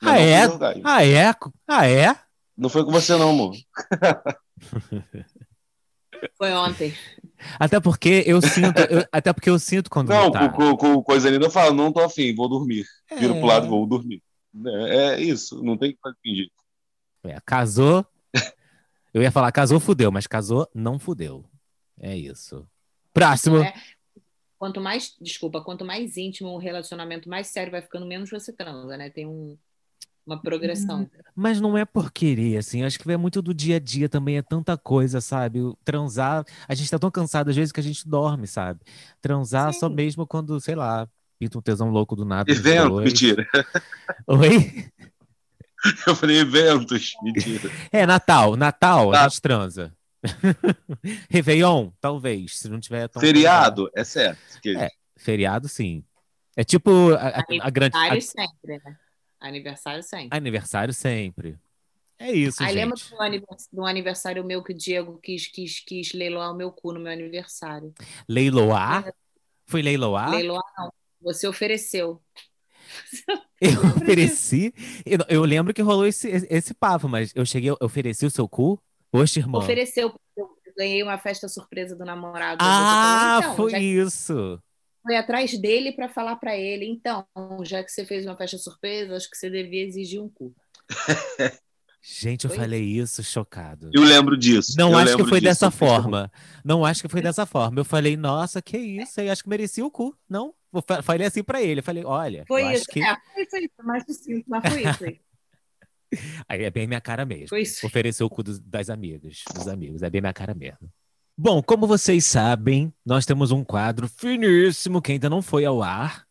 Speaker 2: Mas
Speaker 1: Ah,
Speaker 2: não
Speaker 1: é?
Speaker 2: fingi orgasmo.
Speaker 1: Ah, é? Ah, é?
Speaker 2: Não foi com você não, amor.
Speaker 1: Hum,
Speaker 3: Foi ontem.
Speaker 1: Até porque eu sinto.
Speaker 2: [LAUGHS]
Speaker 1: eu- até porque eu sinto quando
Speaker 2: Não,
Speaker 1: não,
Speaker 2: com,
Speaker 1: tá.
Speaker 2: com, com coisa linda eu falo, não tô afim, vou dormir. Viro pro lado,
Speaker 1: É.
Speaker 2: vou dormir. É, é isso, não tem o que fingir.
Speaker 1: É, casou. Eu ia falar casou, fudeu, mas casou, não fudeu. É isso. Próximo.
Speaker 3: É. Quanto mais, desculpa, quanto mais íntimo o relacionamento, mais sério vai ficando, menos você transa, né? Tem um- uma progressão.
Speaker 1: Mas não é por querer, assim. Acho que é muito do dia a dia também, é tanta coisa, sabe? O Transar. A gente tá tão cansado às vezes que a gente dorme, sabe? Transar só
Speaker 3: Sim.
Speaker 1: mesmo quando, sei lá, pinta um tesão louco do nada. nos
Speaker 2: Eventos,
Speaker 1: dois.
Speaker 2: mentira.
Speaker 1: Oi?
Speaker 2: Eu falei eventos,
Speaker 1: [LAUGHS]
Speaker 2: mentira.
Speaker 1: É, Natal. Natal, a
Speaker 2: Tá.
Speaker 1: gente transa. [LAUGHS] Réveillon, talvez, se não tiver tão.
Speaker 2: Feriado, é certo. que-
Speaker 1: Então, tá. É. Feriado, sim. É tipo a, a- a grande. a-
Speaker 3: Aniversário sempre, né? Aniversário sempre.
Speaker 1: aniversário sempre. É isso,
Speaker 3: Aí lembra
Speaker 1: gente.
Speaker 3: de um anivers- de um aniversário meu que o Diego quis, quis, quis leiloar o meu cu no meu aniversário.
Speaker 1: Leiloar?
Speaker 3: É.
Speaker 1: Foi leiloar?
Speaker 3: Leiloar não. Você ofereceu.
Speaker 1: Eu ofereci. Eu, não- eu lembro que rolou esse, esse, esse papo, mas eu cheguei, eu ofereci o seu cu. Poxa, irmão.
Speaker 3: Ofereceu, porque eu ganhei uma festa surpresa do namorado.
Speaker 1: Ah,
Speaker 3: Você falou,
Speaker 1: foi
Speaker 3: "Então, já que
Speaker 1: isso.
Speaker 3: foi atrás dele pra falar pra ele. Então, já que você fez uma festa surpresa, acho que você devia exigir um cu.
Speaker 1: Gente, eu
Speaker 3: Foi
Speaker 1: falei isso chocado.
Speaker 2: Eu lembro disso.
Speaker 1: Não
Speaker 2: eu
Speaker 1: acho que
Speaker 2: lembro
Speaker 1: foi
Speaker 2: disso.
Speaker 1: dessa forma. Não acho que foi dessa forma. Eu falei, nossa, que isso. Eu acho que merecia o cu. Não, eu fa- falei assim pra ele. Eu falei, olha,
Speaker 3: Foi
Speaker 1: eu
Speaker 3: isso.
Speaker 1: acho que
Speaker 3: É, foi isso aí, foi mais sucinto, mas foi isso aí.
Speaker 1: Aí é bem minha cara mesmo.
Speaker 3: Foi isso.
Speaker 1: Ofereceu o cu dos- das amigas, dos amigos. É bem minha cara mesmo. Bom, como vocês sabem, nós temos um quadro finíssimo que ainda não foi ao ar,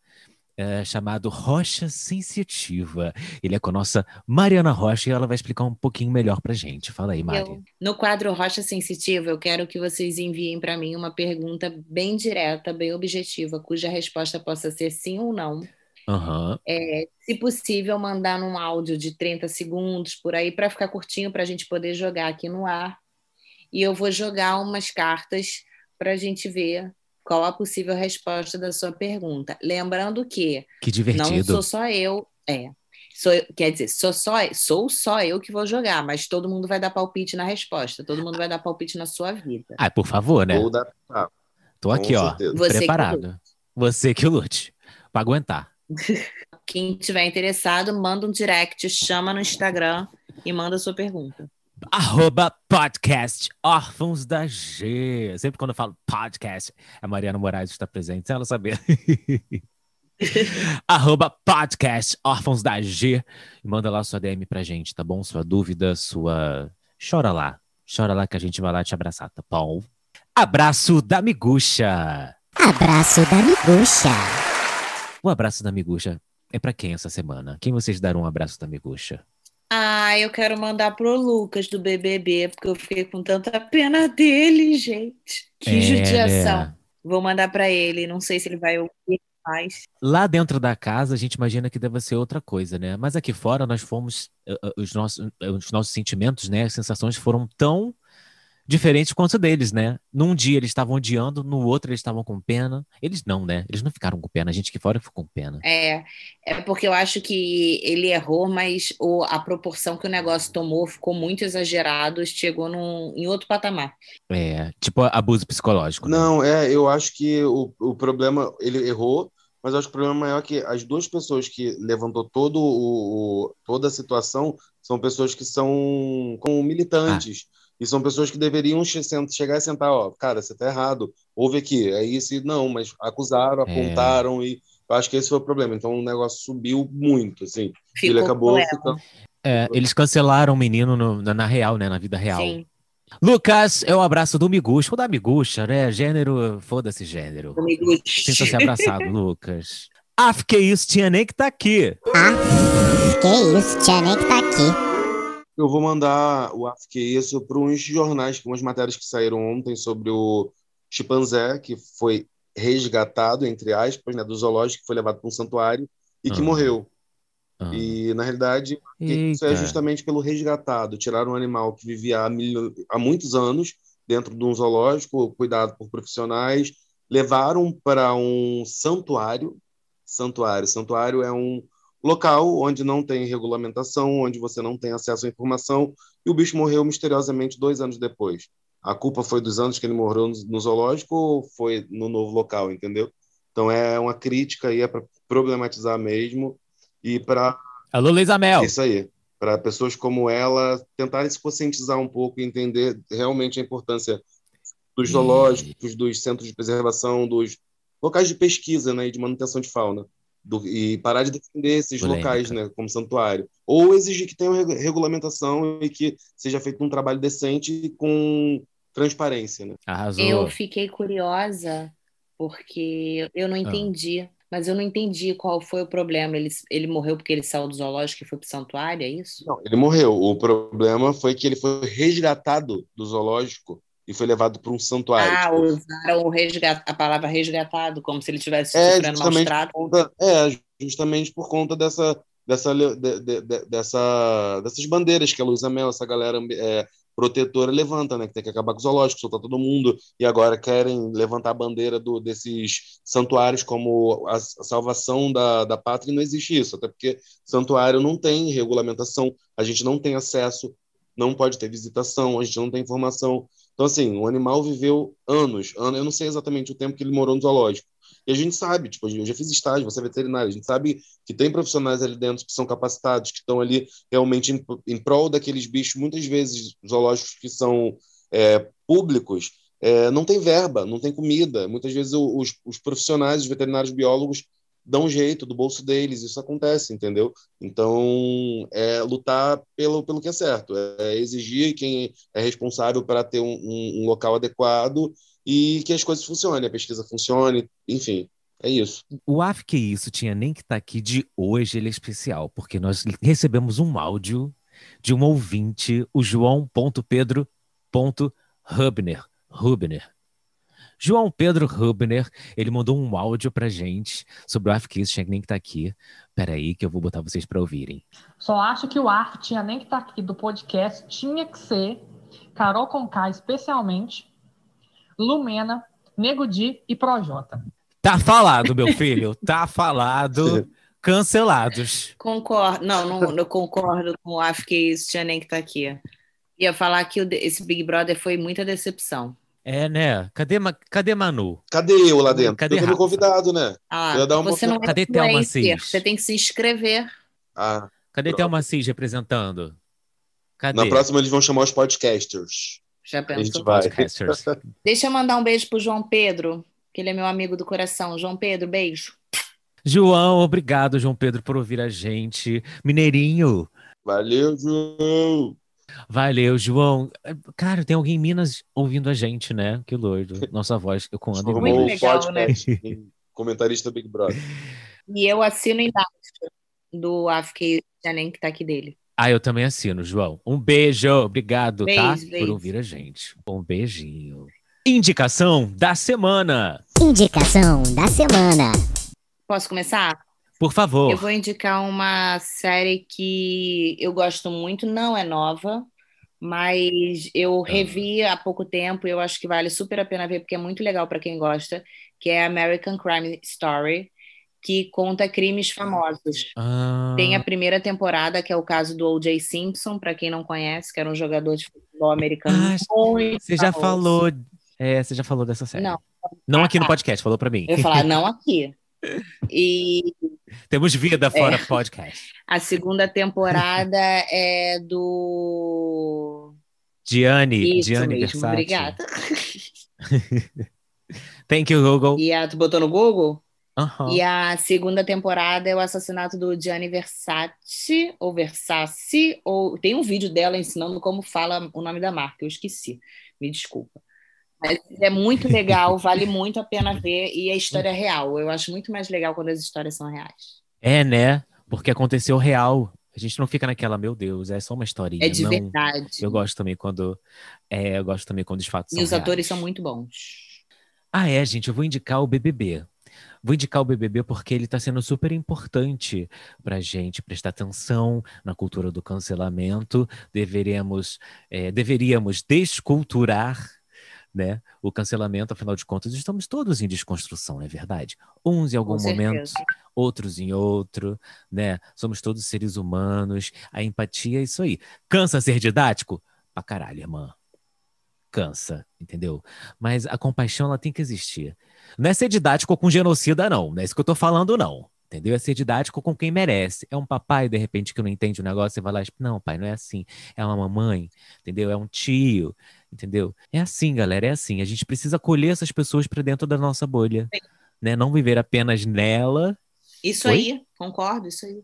Speaker 1: é, chamado Rocha Sensitiva. Ele é com a nossa Mariana Rocha e ela vai explicar um pouquinho melhor pra gente. Fala aí, Mari.
Speaker 3: Eu, no quadro Rocha Sensitiva, eu quero que vocês enviem pra mim uma pergunta bem direta, bem objetiva, cuja resposta possa ser sim ou não.
Speaker 1: Aham.
Speaker 3: É, se possível, mandar num áudio de 30 segundos por aí para ficar curtinho para a gente poder jogar aqui no ar. E eu vou jogar umas cartas para a gente ver qual a possível resposta da sua pergunta. Lembrando que
Speaker 1: Que
Speaker 3: não
Speaker 1: divertido.
Speaker 3: sou só eu, é. Sou, eu- quer dizer, sou só, sou só eu que vou jogar, mas todo mundo vai dar palpite na resposta, todo mundo vai dar palpite na sua vida.
Speaker 1: Ah, por favor, né?
Speaker 2: Vou dar tá,
Speaker 1: Tô
Speaker 2: com
Speaker 1: aqui, ó,
Speaker 2: certeza.
Speaker 3: Você que
Speaker 1: preparado. Você que lute. Pra aguentar.
Speaker 3: Quem tiver interessado, manda um direct, chama no Instagram e manda a sua pergunta.
Speaker 1: Arroba podcast Órfãos da G. Sempre quando eu falo podcast, a Mariana Moraes está presente, sem ela saber. Arroba podcast Órfãos da G. E Manda lá sua DM pra gente, tá bom? Sua dúvida, sua. Chora lá. Chora lá que a gente vai lá te abraçar, tá bom? Abraço da miguxa.
Speaker 4: Abraço da miguxa.
Speaker 1: O abraço da miguxa é pra quem essa semana? Quem vocês deram um abraço da miguxa?
Speaker 3: Ah, eu quero mandar pro Lucas do BBB, porque eu fiquei com tanta pena dele, gente. Que
Speaker 1: É,
Speaker 3: judiação.
Speaker 1: né?
Speaker 3: Vou mandar pra ele, não sei se ele vai ouvir mais.
Speaker 1: Lá dentro da casa, a gente imagina que deva ser outra coisa, né? Mas aqui fora, nós fomos. eh, eh, Os nossos, eh, os nossos sentimentos, né? As sensações foram tão diferentes quanto deles, né? Num dia eles estavam odiando, no outro eles estavam com pena. Eles não, né? Eles não ficaram com pena. A gente aqui fora ficou com pena.
Speaker 3: É, é porque eu acho que ele errou, mas o- a proporção que o negócio tomou ficou muito exagerado, chegou num, em outro patamar.
Speaker 1: É, tipo abuso psicológico. né?
Speaker 2: Não, é, eu acho que o, o problema, ele errou, mas eu acho que o problema maior é que as duas pessoas que levantou todo o, o- toda a situação são pessoas que são como militantes. E são pessoas que deveriam che- sen- chegar e sentar, ó, cara, você tá errado, houve aqui, é isso e não, mas
Speaker 1: É.
Speaker 2: acusaram, apontaram e eu acho que esse foi o problema. Então o negócio subiu muito, assim. E
Speaker 3: Ficou
Speaker 2: ele acabou
Speaker 3: leve,
Speaker 2: ficando.
Speaker 1: É, eles cancelaram o menino no- na, na real, né? Na vida real.
Speaker 3: sim,
Speaker 1: Lucas, é o abraço do miguxa ou da miguxa, né? Gênero, foda-se gênero.
Speaker 3: comigo.
Speaker 1: Sinta-se abraçado, Lucas. Ah, que isso, tinha nem que tá aqui.
Speaker 4: Que isso, tia nem que tá aqui.
Speaker 2: Eu vou mandar o Afique Isso para uns jornais, umas matérias que saíram ontem sobre o chimpanzé, que foi resgatado, entre aspas, né, do zoológico, que foi levado para um santuário e que
Speaker 1: Ah.
Speaker 2: morreu.
Speaker 1: Ah,
Speaker 2: E, na realidade, isso é
Speaker 1: eita.
Speaker 2: justamente pelo resgatado. Tiraram um animal que vivia há, milho- há muitos anos dentro de um zoológico, cuidado por profissionais, levaram para um santuário. Santuário. Santuário é um local onde não tem regulamentação, onde você não tem acesso à informação, e o bicho morreu misteriosamente dois anos depois. A culpa foi dos anos que ele morou no no zoológico ou foi no novo local, entendeu? Então é uma crítica aí, é para problematizar mesmo e para
Speaker 1: Alô, Leisa Mel.
Speaker 2: isso aí. Para pessoas como ela tentarem se conscientizar um pouco e entender realmente a importância dos
Speaker 1: E-
Speaker 2: zoológicos, dos centros de preservação, dos locais de pesquisa né, e de manutenção de fauna. Do- e parar de defender esses
Speaker 1: Polêmica.
Speaker 2: locais né, como santuário. Ou exigir que tenha regu- regulamentação e que seja feito um trabalho decente e com transparência. Né?
Speaker 1: Arrasou.
Speaker 3: Eu fiquei curiosa porque eu não entendi, mas eu não entendi qual foi o problema. Ele, ele morreu porque ele saiu do zoológico e foi pro santuário, é isso?
Speaker 2: Não, ele morreu. O problema foi que ele foi resgatado do zoológico e foi levado para um santuário.
Speaker 3: Ah,
Speaker 2: Tipo,
Speaker 3: usaram o resga- a palavra resgatado, como se ele estivesse
Speaker 2: É,
Speaker 3: sofrendo maus
Speaker 2: justamente por
Speaker 3: tratos.
Speaker 2: conta, é, justamente por conta dessa, dessa, le- de- de- de- dessa, dessas bandeiras que a Luísa Mel, essa galera é, protetora levanta, né? Que tem que acabar com o zoológico, soltar todo mundo, e agora querem levantar a bandeira do, desses santuários como a, a salvação da, da pátria, e não existe isso, até porque santuário não tem regulamentação, a gente não tem acesso, não pode ter visitação, a gente não tem informação. Então, assim, o animal viveu anos, anos, eu não sei exatamente o tempo que ele morou no zoológico. E a gente sabe, tipo, eu já fiz estágio, você é veterinário, a gente sabe que tem profissionais ali dentro que são capacitados, que estão ali realmente em, em prol daqueles bichos, muitas vezes zoológicos que são é, públicos, é, não tem verba, não tem comida. Muitas vezes o- os, os profissionais, os veterinários biólogos, dão um jeito do bolso deles, isso acontece, entendeu? Então, é lutar pelo, pelo que é certo, é exigir quem é responsável para ter um- um- um local adequado e que as coisas funcionem, a pesquisa funcione, enfim, é isso.
Speaker 1: O AF que isso tinha nem que estar aqui de hoje, ele é especial, porque nós recebemos um áudio de um ouvinte, o João.pedro.rubner. Rubner. João Pedro Rubner, ele mandou um áudio pra gente sobre o Afkiss nem que tá aqui. Peraí, que eu vou botar vocês pra ouvirem.
Speaker 5: Só acho que o ar tinha nem que tá aqui do podcast tinha que ser Carol Conká, especialmente, Lumena, Nego Di e Projota.
Speaker 1: Tá falado, meu filho. Tá
Speaker 2: [LAUGHS]
Speaker 1: falado. Cancelados.
Speaker 3: Concordo. Não, não, não concordo com o Af que isso tinha nem que tá aqui. Ia falar que o de- esse Big Brother foi muita decepção.
Speaker 1: É, né? Cadê, Ma- cadê Manu?
Speaker 2: Cadê eu lá dentro?
Speaker 1: Cadê
Speaker 2: eu tô no
Speaker 1: Rafa?
Speaker 2: convidado, né?
Speaker 3: Ah,
Speaker 2: Eu ia dar uma
Speaker 3: você não é
Speaker 1: Cadê Thelma
Speaker 3: influencer,
Speaker 1: Assis?
Speaker 3: Você tem que se inscrever.
Speaker 2: Ah,
Speaker 1: Cadê
Speaker 2: Droga.
Speaker 1: Thelma Assis representando? Cadê?
Speaker 2: na próxima eles vão chamar os podcasters.
Speaker 3: Já
Speaker 2: A gente
Speaker 3: pensou?
Speaker 2: vai.
Speaker 1: Podcasters.
Speaker 3: Deixa eu mandar um beijo pro João Pedro, que ele é meu amigo do coração. João Pedro, beijo.
Speaker 1: João, obrigado, João Pedro, por ouvir a gente. Mineirinho,
Speaker 2: [LAUGHS] Valeu, João!
Speaker 1: valeu, João. Cara, tem alguém em Minas ouvindo a gente, né? Que doido. Nossa voz eu com André
Speaker 2: Arrumou
Speaker 3: Muito
Speaker 2: o
Speaker 1: Minas.
Speaker 3: legal,
Speaker 2: um
Speaker 3: né?
Speaker 2: podcast. Comentarista Big Brother.
Speaker 3: E eu assino embaixo do Afke Janem, que tá aqui dele.
Speaker 1: Ah, eu também assino, João. Um beijo, obrigado, tá?
Speaker 3: Beijo, beijo.
Speaker 1: Por ouvir a gente. Um beijinho. Indicação da semana.
Speaker 4: Indicação da semana.
Speaker 3: Posso começar?
Speaker 1: Por favor.
Speaker 3: Eu vou indicar uma série que eu gosto muito, não é nova, mas eu
Speaker 1: Tá.
Speaker 3: revi há pouco tempo e eu acho que vale super a pena ver, porque é muito legal para quem gosta, que é American Crime Story, que conta crimes famosos.
Speaker 1: Hum. Ah,
Speaker 3: Tem a primeira temporada, que é o caso do O.J. Simpson, para quem não conhece, que era um jogador de futebol americano.
Speaker 1: Ah,
Speaker 3: muito
Speaker 1: Você já
Speaker 3: famoso.
Speaker 1: falou. É, você já falou dessa série.
Speaker 3: Não.
Speaker 1: Não aqui no podcast, falou pra mim.
Speaker 3: Eu ia falar,
Speaker 1: [LAUGHS]
Speaker 3: não aqui. E
Speaker 1: Temos
Speaker 3: É.
Speaker 1: vida fora podcast.
Speaker 3: A segunda temporada é do.
Speaker 1: Diane,
Speaker 3: Isso
Speaker 1: Diane
Speaker 3: mesmo,
Speaker 1: Versace.
Speaker 3: obrigada.
Speaker 1: Thank you, Google.
Speaker 3: E a, tu botou no Google?
Speaker 1: Aham.
Speaker 3: E a segunda temporada é o assassinato do Gianni Versace, ou Versace, ou tem um vídeo dela ensinando como fala o nome da marca, eu esqueci, me desculpa. Mas é muito
Speaker 1: [LAUGHS]
Speaker 3: legal, vale muito a pena ver, e a história
Speaker 1: Hum.
Speaker 3: é real. Eu acho muito mais legal quando as histórias são reais.
Speaker 1: É, né? Porque aconteceu real. A gente não fica naquela, meu Deus, é só uma historinha.
Speaker 3: É de
Speaker 1: não.
Speaker 3: verdade.
Speaker 1: Eu gosto também quando. É, eu gosto também quando os fatos
Speaker 3: E
Speaker 1: são
Speaker 3: os atores
Speaker 1: reais.
Speaker 3: são muito bons.
Speaker 1: Ah, é, gente, eu vou indicar o BBB. Vou indicar o BBB porque ele está sendo super importante para a gente prestar atenção na cultura do cancelamento. Deveremos, eh, deveríamos desculturar, né, o cancelamento. Afinal de contas, estamos todos em desconstrução, não é verdade? Uns em algum
Speaker 3: Com
Speaker 1: momento,
Speaker 3: certeza.
Speaker 1: outros em outro, né? Somos todos seres humanos. A empatia é isso aí. Cansa ser didático? Pra caralho, irmã. Cansa, entendeu? Mas a compaixão, ela tem que existir. Não é ser didático com genocida, não. Não é isso que eu tô falando, não. Entendeu? É ser didático com quem merece. É um papai, de repente, que não entende o negócio, você vai lá e explica, não, pai, não é assim. É uma mamãe, entendeu? É um tio, entendeu? É assim, galera, é assim. A gente precisa acolher essas pessoas pra dentro da nossa bolha. Né? Não viver apenas nela,
Speaker 3: Isso
Speaker 1: Oi?
Speaker 3: aí, concordo, isso aí.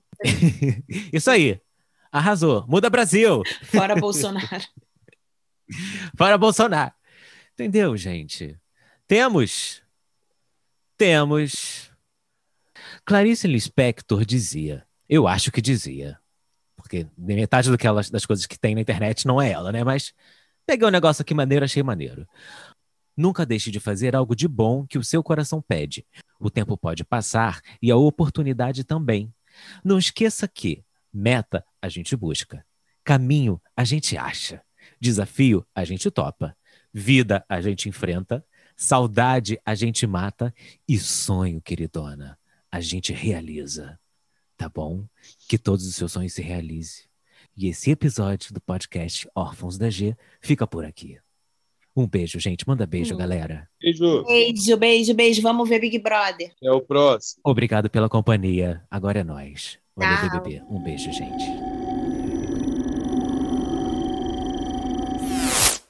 Speaker 1: Isso aí. Arrasou. Muda Brasil.
Speaker 3: Fora Bolsonaro. [LAUGHS]
Speaker 1: Fora Bolsonaro. Entendeu, gente? Temos. Temos. Clarice Lispector dizia. Eu acho que dizia. Porque metade do que ela- das coisas que tem na internet não é ela, né? Mas peguei um negócio aqui maneiro, achei maneiro. Nunca deixe de fazer algo de bom que o seu coração pede. O tempo pode passar e a oportunidade também. Não esqueça que meta a gente busca, caminho a gente acha. Desafio a gente topa, vida a gente enfrenta, saudade a gente mata e sonho, queridona, a gente realiza. Tá bom? Que todos os seus sonhos se realizem. E esse episódio do podcast Órfãos da G fica por aqui. Um beijo, gente. Manda beijo,
Speaker 3: Hum.
Speaker 1: galera.
Speaker 2: Beijo,
Speaker 3: Beijo, beijo, beijo. Vamos ver Big Brother.
Speaker 2: até o próximo.
Speaker 1: Obrigado pela companhia. Agora é nós. Valeu,
Speaker 3: Tchau.
Speaker 1: BBB. Um beijo, gente.